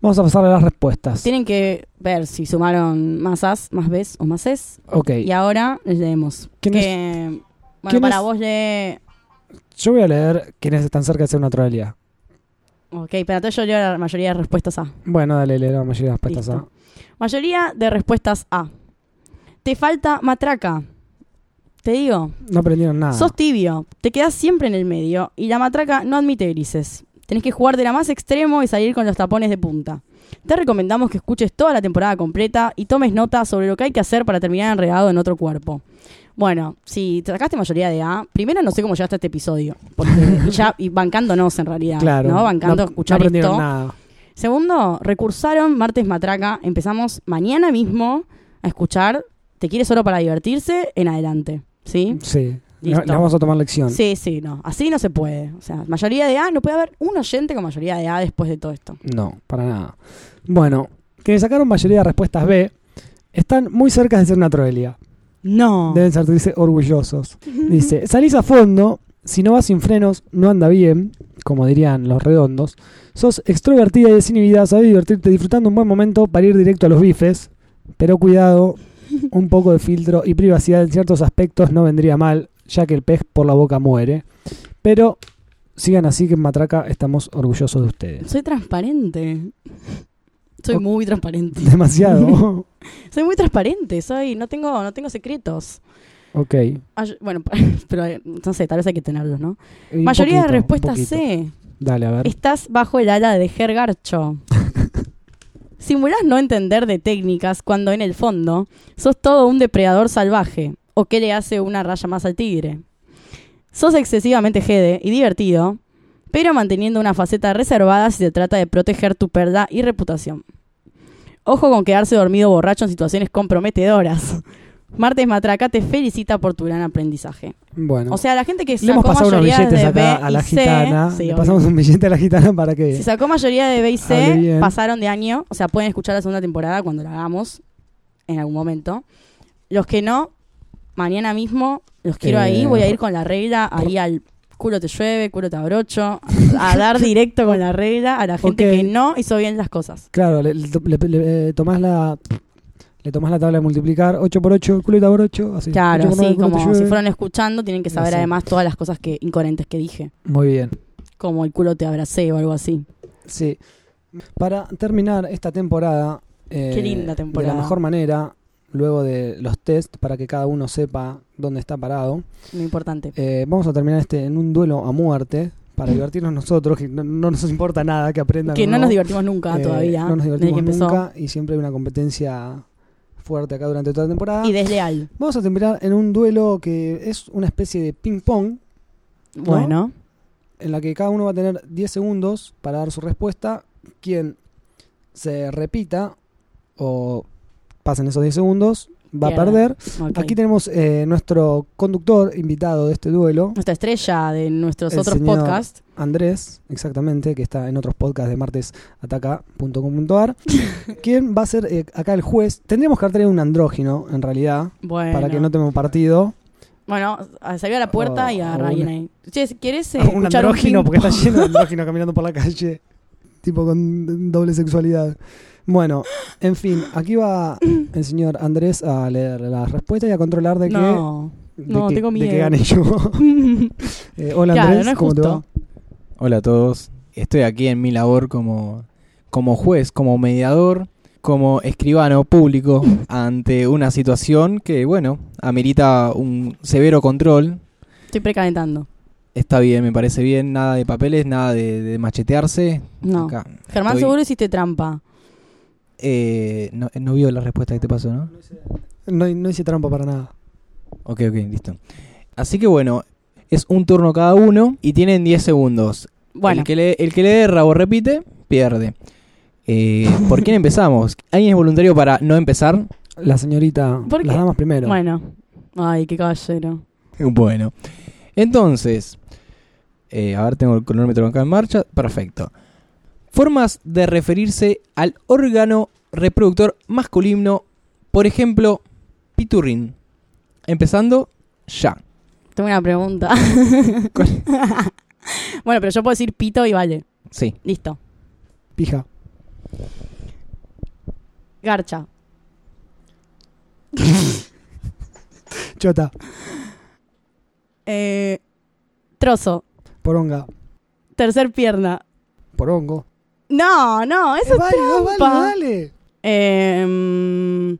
Speaker 1: vamos a pasar a las respuestas.
Speaker 2: Tienen que ver si sumaron más As, más Bs o más Es.
Speaker 1: Ok,
Speaker 2: Y ahora les leemos.
Speaker 1: ¿Quién
Speaker 2: que,
Speaker 1: es-
Speaker 2: bueno,
Speaker 1: quién
Speaker 2: para
Speaker 1: es-
Speaker 2: vos lee...
Speaker 1: yo voy a leer quiénes están cerca de ser una trolería.
Speaker 2: Ok, pero entonces yo leo la mayoría de respuestas A.
Speaker 1: ¿ah? Bueno, dale, leer la mayoría de las respuestas.
Speaker 2: Listo. Mayoría de respuestas A. Te falta matraca. Te digo,
Speaker 1: No aprendieron nada.
Speaker 2: sos tibio, te quedás siempre en el medio y la matraca no admite grises. Tenés que jugar de la más extremo y salir con los tapones de punta. Te recomendamos que escuches toda la temporada completa y tomes nota sobre lo que hay que hacer para terminar enredado en otro cuerpo. Bueno, si sacaste mayoría de A, primero no sé cómo llegaste a este episodio, porque ya y bancándonos en realidad,
Speaker 1: claro.
Speaker 2: ¿no? Bancando
Speaker 1: no-
Speaker 2: escuchar
Speaker 1: no aprendieron
Speaker 2: esto.
Speaker 1: nada.
Speaker 2: Segundo, recursaron martes matraca, empezamos mañana mismo a escuchar Te quieres solo para divertirse en adelante, ¿sí?
Speaker 1: Sí. Le,
Speaker 2: Listo.
Speaker 1: le vamos a tomar lección.
Speaker 2: Sí, sí, no. Así no se puede. O sea, mayoría de A, no puede haber un oyente con mayoría de A después de todo esto.
Speaker 1: No, para nada. Bueno, quienes sacaron mayoría de respuestas B están muy cerca de ser una troelia.
Speaker 2: No.
Speaker 1: Deben sentirse orgullosos. Dice, salís a fondo, si no vas sin frenos, no anda bien, como dirían los redondos. Sos extrovertida y desinhibida, sabés divertirte disfrutando un buen momento para ir directo a los bifes. Pero cuidado, un poco de filtro y privacidad en ciertos aspectos no vendría mal, ya que el pez por la boca muere. Pero sigan así que en Matraca estamos orgullosos de ustedes.
Speaker 2: Soy transparente. Soy
Speaker 1: Oh.
Speaker 2: muy transparente.
Speaker 1: Demasiado.
Speaker 2: Soy muy transparente. Soy, no tengo, no tengo secretos.
Speaker 1: ok.
Speaker 2: Ah, yo- bueno, pero eh, no sé, tal vez hay que tenerlos, ¿no?
Speaker 1: Y un
Speaker 2: mayoría
Speaker 1: poquito,
Speaker 2: de respuestas
Speaker 1: un poquito.
Speaker 2: C.
Speaker 1: Dale, a ver.
Speaker 2: Estás bajo el ala de Gergarcho. Simulás no entender de técnicas cuando en el fondo sos todo un depredador salvaje o que le hace una raya más al tigre. Sos excesivamente jede y divertido, pero manteniendo una faceta reservada si se trata de proteger tu perda y reputación. Ojo con quedarse dormido borracho en situaciones comprometedoras. Martes Matraca te felicita por tu gran aprendizaje.
Speaker 1: Bueno.
Speaker 2: O sea, la gente que
Speaker 1: Le hemos
Speaker 2: sacó
Speaker 1: pasado unos
Speaker 2: mayoría
Speaker 1: billetes
Speaker 2: de
Speaker 1: acá
Speaker 2: B
Speaker 1: a la
Speaker 2: y C,
Speaker 1: gitana.
Speaker 2: sí,
Speaker 1: Le
Speaker 2: obvio.
Speaker 1: pasamos un billete a la gitana para que.
Speaker 2: Si sacó mayoría de B y
Speaker 1: Hable
Speaker 2: C,
Speaker 1: Ah, bien.
Speaker 2: pasaron de año. O sea, pueden escuchar la segunda temporada cuando la hagamos, en algún momento. Los que no, mañana mismo los quiero
Speaker 1: Eh,
Speaker 2: ahí. Voy a ir con la regla ahí al culo te llueve, culo te abrocho. A dar directo con la regla a la gente
Speaker 1: Ok.
Speaker 2: que no hizo bien las cosas.
Speaker 1: Claro, le, le- le- le tomás la. Le tomás la tabla de multiplicar 8 por 8, culeta por 8, así.
Speaker 2: Claro,
Speaker 1: 8 por 9,
Speaker 2: así
Speaker 1: culo te
Speaker 2: como
Speaker 1: llueve.
Speaker 2: si fueron escuchando, tienen que saber
Speaker 1: Así.
Speaker 2: además todas las cosas que incoherentes que dije.
Speaker 1: Muy bien.
Speaker 2: Como el culo te abracé o algo así.
Speaker 1: Sí. Para terminar esta temporada. eh,
Speaker 2: Qué linda temporada.
Speaker 1: De la mejor manera, luego de los test, para que cada uno sepa dónde está parado.
Speaker 2: Muy importante.
Speaker 1: eh, vamos a terminar este en un duelo a muerte. Para divertirnos nosotros, que no, no nos importa nada que aprendan.
Speaker 2: Que
Speaker 1: o
Speaker 2: no nos divertimos nunca
Speaker 1: Eh,
Speaker 2: todavía.
Speaker 1: No nos
Speaker 2: desde que
Speaker 1: divertimos
Speaker 2: empezó.
Speaker 1: nunca y siempre hay una competencia fuerte acá durante toda la temporada.
Speaker 2: Y desleal.
Speaker 1: Vamos a terminar en un duelo que es una especie de ping-pong
Speaker 2: Bueno.
Speaker 1: en la que cada uno va a tener 10 segundos para dar su respuesta. Quien se repita o pasen esos 10 segundos va a
Speaker 2: Pierde.
Speaker 1: perder.
Speaker 2: ok.
Speaker 1: Aquí tenemos eh, nuestro conductor invitado de este duelo,
Speaker 2: nuestra estrella de nuestros
Speaker 1: El
Speaker 2: otros
Speaker 1: señor-
Speaker 2: podcasts.
Speaker 1: Andrés, exactamente, que está en otros podcasts de martesataca.com.ar, quien va a ser eh, acá el juez. Tendríamos que haber traído un andrógino, en realidad,
Speaker 2: Bueno,
Speaker 1: para que no tomemos partido.
Speaker 2: bueno, a- salió a la puerta
Speaker 1: O-
Speaker 2: y
Speaker 1: o
Speaker 2: a
Speaker 1: un-
Speaker 2: Ryan ahí. Che, si ¿quieres eh,
Speaker 1: un
Speaker 2: escuchar un
Speaker 1: andrógino,
Speaker 2: ping
Speaker 1: porque está
Speaker 2: pong?
Speaker 1: lleno de andróginos caminando por la calle, tipo con doble sexualidad. Bueno, en fin, aquí va el señor Andrés a leer las respuestas y a controlar de que,
Speaker 2: No.
Speaker 1: de
Speaker 2: no,
Speaker 1: que-
Speaker 2: tengo
Speaker 1: de
Speaker 2: miedo.
Speaker 1: que gane yo. Eh, hola
Speaker 2: Claro,
Speaker 1: Andrés,
Speaker 2: no es
Speaker 1: ¿cómo te va?
Speaker 2: justo.
Speaker 3: Hola a todos. Estoy aquí en mi labor como, como juez, como mediador, como escribano público ante una situación que, bueno, amerita un severo control.
Speaker 2: Estoy precalentando.
Speaker 3: Está bien, me parece bien. Nada de papeles, nada de, de machetearse.
Speaker 2: No.
Speaker 3: Acá.
Speaker 2: Germán,
Speaker 3: estoy-
Speaker 2: seguro hiciste trampa.
Speaker 3: Eh, no, no vio la respuesta que te pasó, ¿no?
Speaker 1: No, no hice trampa para nada.
Speaker 3: Ok, ok, listo. Así que, bueno, es un turno cada uno y tienen 10 segundos.
Speaker 2: Bueno,
Speaker 3: El que le, el que le erra o repite, pierde. Eh, ¿Por quién empezamos? ¿Alguien es voluntario para no empezar?
Speaker 1: La señorita,
Speaker 2: ¿Por
Speaker 1: las
Speaker 2: qué?
Speaker 1: damas primero.
Speaker 2: bueno. Ay, qué caballero.
Speaker 3: Bueno. Entonces, eh, a ver, tengo el cronómetro acá en marcha. Perfecto. Formas de referirse al órgano reproductor masculino, por ejemplo, piturrín. Empezando ya.
Speaker 2: Tengo una pregunta.
Speaker 3: ¿Cuál?
Speaker 2: bueno, pero yo puedo decir pito y vale.
Speaker 3: Sí.
Speaker 2: Listo.
Speaker 1: Pija.
Speaker 2: Garcha.
Speaker 1: Chota.
Speaker 2: Eh, trozo.
Speaker 1: Poronga.
Speaker 2: Tercer pierna.
Speaker 1: Porongo.
Speaker 2: No, no, eso
Speaker 1: Eh, vale, ah,
Speaker 2: trampa.
Speaker 1: vale, dale.
Speaker 2: Em,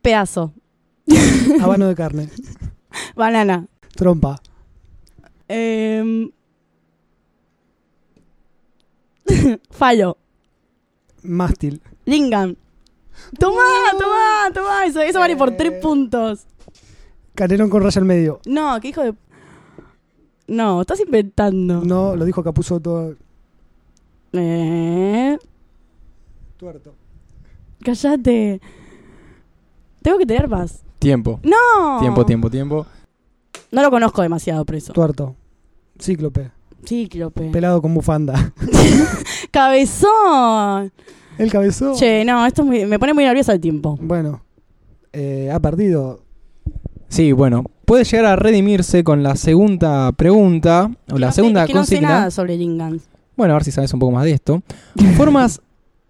Speaker 2: Pedazo.
Speaker 3: Ah,
Speaker 1: Habano de carne.
Speaker 2: Banana.
Speaker 1: Trompa.
Speaker 2: Em. Falo.
Speaker 1: Mástil.
Speaker 2: Lingam. Tomá, tomá, tomá. Eso, eso vale por
Speaker 3: Eh.
Speaker 2: tres puntos.
Speaker 1: Canelón con raya al medio.
Speaker 2: No, qué hijo de. No, estás inventando.
Speaker 1: No, lo dijo Capuzo todo
Speaker 2: Eh,
Speaker 1: tuerto.
Speaker 2: cállate. Tengo que tener más.
Speaker 3: Tiempo.
Speaker 2: No.
Speaker 3: Tiempo, tiempo, tiempo.
Speaker 2: No lo conozco demasiado, preso.
Speaker 1: Tuerto. Cíclope.
Speaker 2: Cíclope.
Speaker 1: Pelado con bufanda.
Speaker 2: Cabezón.
Speaker 1: El cabezón.
Speaker 2: Che, no, esto es muy- me pone muy nerviosa el tiempo.
Speaker 1: Bueno. eh, ha perdido.
Speaker 3: Sí, bueno. Puede llegar a redimirse con la segunda pregunta. O la
Speaker 2: No sé-
Speaker 3: segunda
Speaker 2: es que no sé
Speaker 3: consigna.
Speaker 2: nada sobre Lingam.
Speaker 3: Bueno, a ver si sabes un poco más de esto. Formas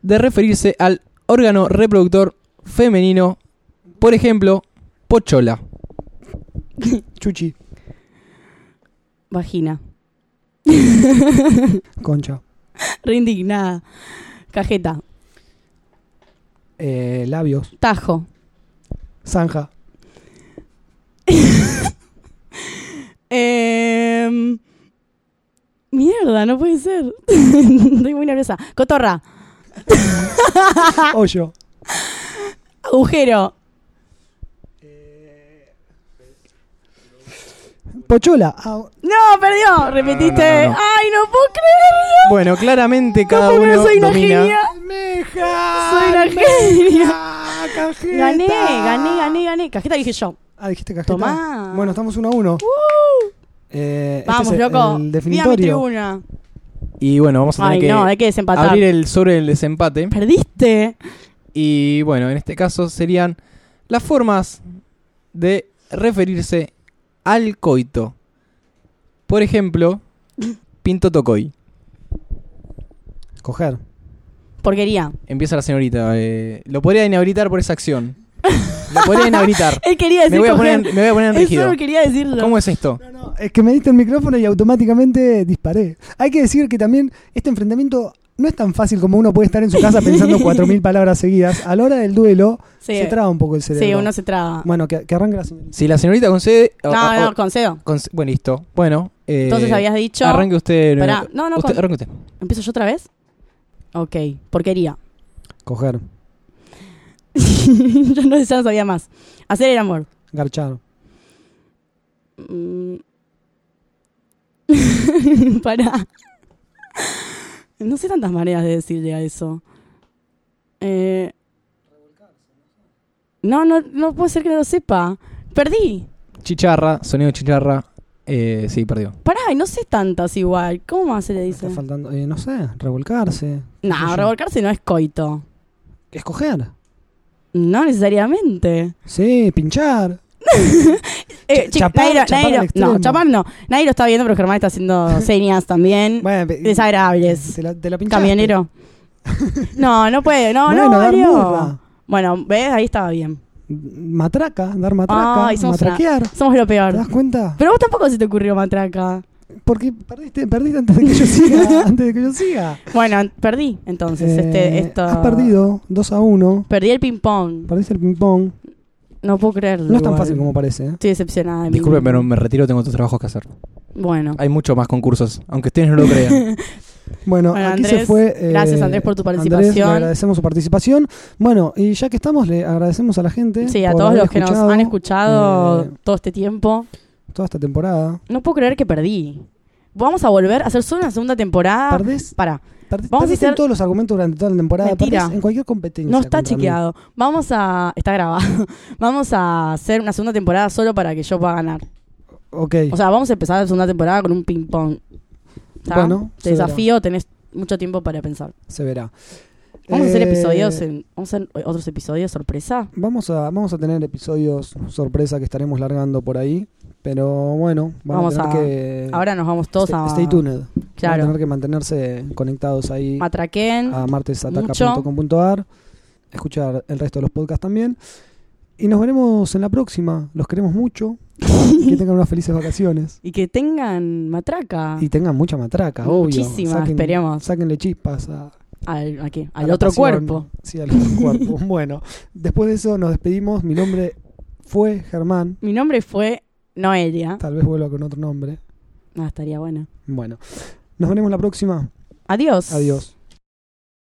Speaker 3: de referirse al órgano reproductor femenino. Por ejemplo, pochola.
Speaker 1: Chuchi.
Speaker 2: Vagina.
Speaker 1: Concha.
Speaker 2: Reindignada. Cajeta.
Speaker 1: Eh, labios.
Speaker 2: Tajo.
Speaker 1: Zanja.
Speaker 2: Em, Mierda, no puede ser. Estoy muy nerviosa. Cotorra. Ah.
Speaker 1: Hoyo.
Speaker 2: Agujero.
Speaker 1: Pochola. Ah,
Speaker 2: No, perdió. Repetiste.
Speaker 3: no, no, no.
Speaker 2: Ay, no puedo creerlo.
Speaker 3: Bueno, claramente
Speaker 2: No
Speaker 3: cada
Speaker 2: puedo creer,
Speaker 3: uno
Speaker 2: soy una
Speaker 3: domina.
Speaker 2: genia.
Speaker 1: ¡Almeja!
Speaker 2: Soy una genia.
Speaker 1: ¡Ah, cajeta!
Speaker 2: Gané, gané, gané, gané. Cajeta dije yo.
Speaker 1: Ah, dijiste cajeta.
Speaker 2: Tomá.
Speaker 1: Bueno, estamos uno a uno.
Speaker 2: Uh.
Speaker 1: Eh, este
Speaker 2: Vamos,
Speaker 1: es el-
Speaker 2: loco.
Speaker 1: El
Speaker 2: Viva mi
Speaker 1: definitorio.
Speaker 2: tribuna.
Speaker 3: Y bueno, vamos a tener
Speaker 2: Ay,
Speaker 3: que
Speaker 2: no, hay que desempatar.
Speaker 3: abrir el sobre del desempate.
Speaker 2: Perdiste.
Speaker 3: Y bueno, en este caso serían las formas de referirse al coito. Por ejemplo, Pinto Tocoy.
Speaker 1: Coger.
Speaker 2: Porquería.
Speaker 3: Empieza la señorita. eh, lo podría inhabilitar por esa acción. Lo podría inhabilitar.
Speaker 2: Él quería decir
Speaker 3: Me voy a
Speaker 2: coger.
Speaker 3: poner, me voy a poner en
Speaker 2: Él
Speaker 3: rígido.
Speaker 2: solo quería decirlo.
Speaker 3: ¿Cómo es esto?
Speaker 1: No, no, es que me diste el micrófono y automáticamente disparé. Hay que decir que también este enfrentamiento no es tan fácil como uno puede estar en su casa pensando 4.000 palabras seguidas. A la hora del duelo
Speaker 2: Sí.
Speaker 1: se traba un poco el cerebro.
Speaker 2: Sí, uno se traba.
Speaker 1: Bueno, que, que arranque la señorita.
Speaker 3: Si la señorita concede... o-
Speaker 2: no,
Speaker 3: o-
Speaker 2: no, concedo.
Speaker 3: conce- bueno, listo. Bueno. eh,
Speaker 2: Entonces habías dicho.
Speaker 3: Arranque usted.
Speaker 2: Pará, no, no,
Speaker 3: usted-
Speaker 2: con-
Speaker 3: Arranque usted.
Speaker 2: ¿Empiezo yo otra vez? Ok, porquería.
Speaker 1: Coger.
Speaker 2: yo no, ya no sabía más. Hacer el amor.
Speaker 1: Garchar.
Speaker 2: Mm. Pará. No sé tantas maneras de decirle a eso. Eh... No, no, no puede ser que no lo sepa. Perdí.
Speaker 3: Chicharra. Sonido chicharra. Eh, sí, perdió.
Speaker 2: Pará, y no sé tantas igual. ¿Cómo más se le dice?
Speaker 1: Está faltando. eh, no sé, revolcarse. qué sé
Speaker 2: No,
Speaker 1: yo.
Speaker 2: revolcarse no es coito.
Speaker 1: Es coger.
Speaker 2: No necesariamente.
Speaker 1: Sí, pinchar.
Speaker 2: Eh,
Speaker 1: Ch-
Speaker 2: chi- nadie
Speaker 1: chapar-
Speaker 2: lo-
Speaker 1: chapar
Speaker 2: nadie
Speaker 1: al
Speaker 2: lo-
Speaker 1: extremo.
Speaker 2: no, chapar no. Nadie lo está viendo, pero Germán está haciendo señas también.
Speaker 1: Bueno, pe-
Speaker 2: Desagradables.
Speaker 1: Te la, te la pinchaste.
Speaker 2: Camionero. No, no puede. No,
Speaker 1: Bueno,
Speaker 2: no,
Speaker 1: dar
Speaker 2: valió.
Speaker 1: murra.
Speaker 2: Bueno, ves, ahí estaba bien.
Speaker 1: Matraca, dar matraca.
Speaker 2: Ay, somos
Speaker 1: matraquear.
Speaker 2: Somos lo
Speaker 1: ¿Te
Speaker 2: peor.
Speaker 1: das cuenta?
Speaker 2: Pero vos tampoco se te ocurrió matraca.
Speaker 1: Porque perdiste, perdiste antes de que yo siga. antes de que yo siga.
Speaker 2: Bueno, perdí entonces
Speaker 1: Eh,
Speaker 2: este esto.
Speaker 1: Has perdido 2 a 1.
Speaker 2: Perdí el ping pong.
Speaker 1: Perdiste el ping-pong.
Speaker 2: No puedo creerlo.
Speaker 1: No es tan
Speaker 2: igual.
Speaker 1: fácil como parece. ¿eh?
Speaker 2: Estoy decepcionada. de mí
Speaker 3: Disculpe,
Speaker 2: misma.
Speaker 3: pero me retiro. Tengo otros trabajos que hacer.
Speaker 2: Bueno.
Speaker 3: Hay muchos más concursos. Aunque ustedes no lo crean.
Speaker 1: Bueno,
Speaker 2: Bueno,
Speaker 1: aquí se
Speaker 2: Andrés,
Speaker 1: fue. eh,
Speaker 2: gracias, Andrés, por tu
Speaker 1: Andrés,
Speaker 2: participación.
Speaker 1: le agradecemos su participación. Bueno, y ya que estamos, le agradecemos a la gente.
Speaker 2: Sí, a
Speaker 1: Eh, por
Speaker 2: todos
Speaker 1: haber
Speaker 2: los que nos han escuchado
Speaker 1: eh,
Speaker 2: todo este tiempo.
Speaker 1: toda esta temporada.
Speaker 2: No puedo creer que perdí. Vamos a volver a hacer solo una segunda temporada.
Speaker 1: Perdés,
Speaker 2: Para,
Speaker 1: perdés-
Speaker 2: Ah, Vamos a
Speaker 1: perdiste en
Speaker 2: hacer-
Speaker 1: todos los argumentos durante toda la temporada.
Speaker 2: Mentira.
Speaker 1: Perdés en cualquier competencia.
Speaker 2: no está
Speaker 1: contra mí.
Speaker 2: chequeado. Vamos a. Está grabado. vamos a hacer una segunda temporada solo para que yo pueda ganar.
Speaker 1: Ok.
Speaker 2: O sea, vamos a empezar la segunda temporada con un ping-pong. ¿Está?
Speaker 1: Bueno,
Speaker 2: Te
Speaker 1: se verá.
Speaker 2: desafío, tenés mucho tiempo para pensar.
Speaker 1: se verá.
Speaker 2: Vamos a hacer
Speaker 1: Eh,
Speaker 2: episodios. en- vamos a hacer otros episodios sorpresa.
Speaker 1: Vamos a, vamos a tener episodios sorpresa que estaremos largando por ahí. Pero bueno,
Speaker 2: Vamos
Speaker 1: vamos, a tener que.
Speaker 2: Ahora nos vamos todos
Speaker 1: stay,
Speaker 2: a.
Speaker 1: stay tuned. Van a
Speaker 2: Claro.
Speaker 1: tener que mantenerse conectados ahí
Speaker 2: Matraquén.
Speaker 1: a martesataca.com.ar, escuchar el resto de los podcasts también. Y nos veremos en la próxima. Los queremos mucho. que tengan unas felices vacaciones.
Speaker 2: Y que tengan matraca.
Speaker 1: Y tengan mucha matraca, obvio.
Speaker 2: Muchísima, esperemos.
Speaker 1: Sáquenle chispas a,
Speaker 2: al, ¿a qué?
Speaker 1: A
Speaker 2: al
Speaker 1: la
Speaker 2: otro
Speaker 1: pasión.
Speaker 2: cuerpo.
Speaker 1: Sí, al otro cuerpo. Bueno, después de eso nos despedimos. Mi nombre fue Germán.
Speaker 2: Mi nombre fue Noelia.
Speaker 1: Tal vez vuelva con otro nombre.
Speaker 2: Ah, estaría bueno.
Speaker 1: Bueno, nos veremos la próxima.
Speaker 2: Adiós.
Speaker 1: Adiós.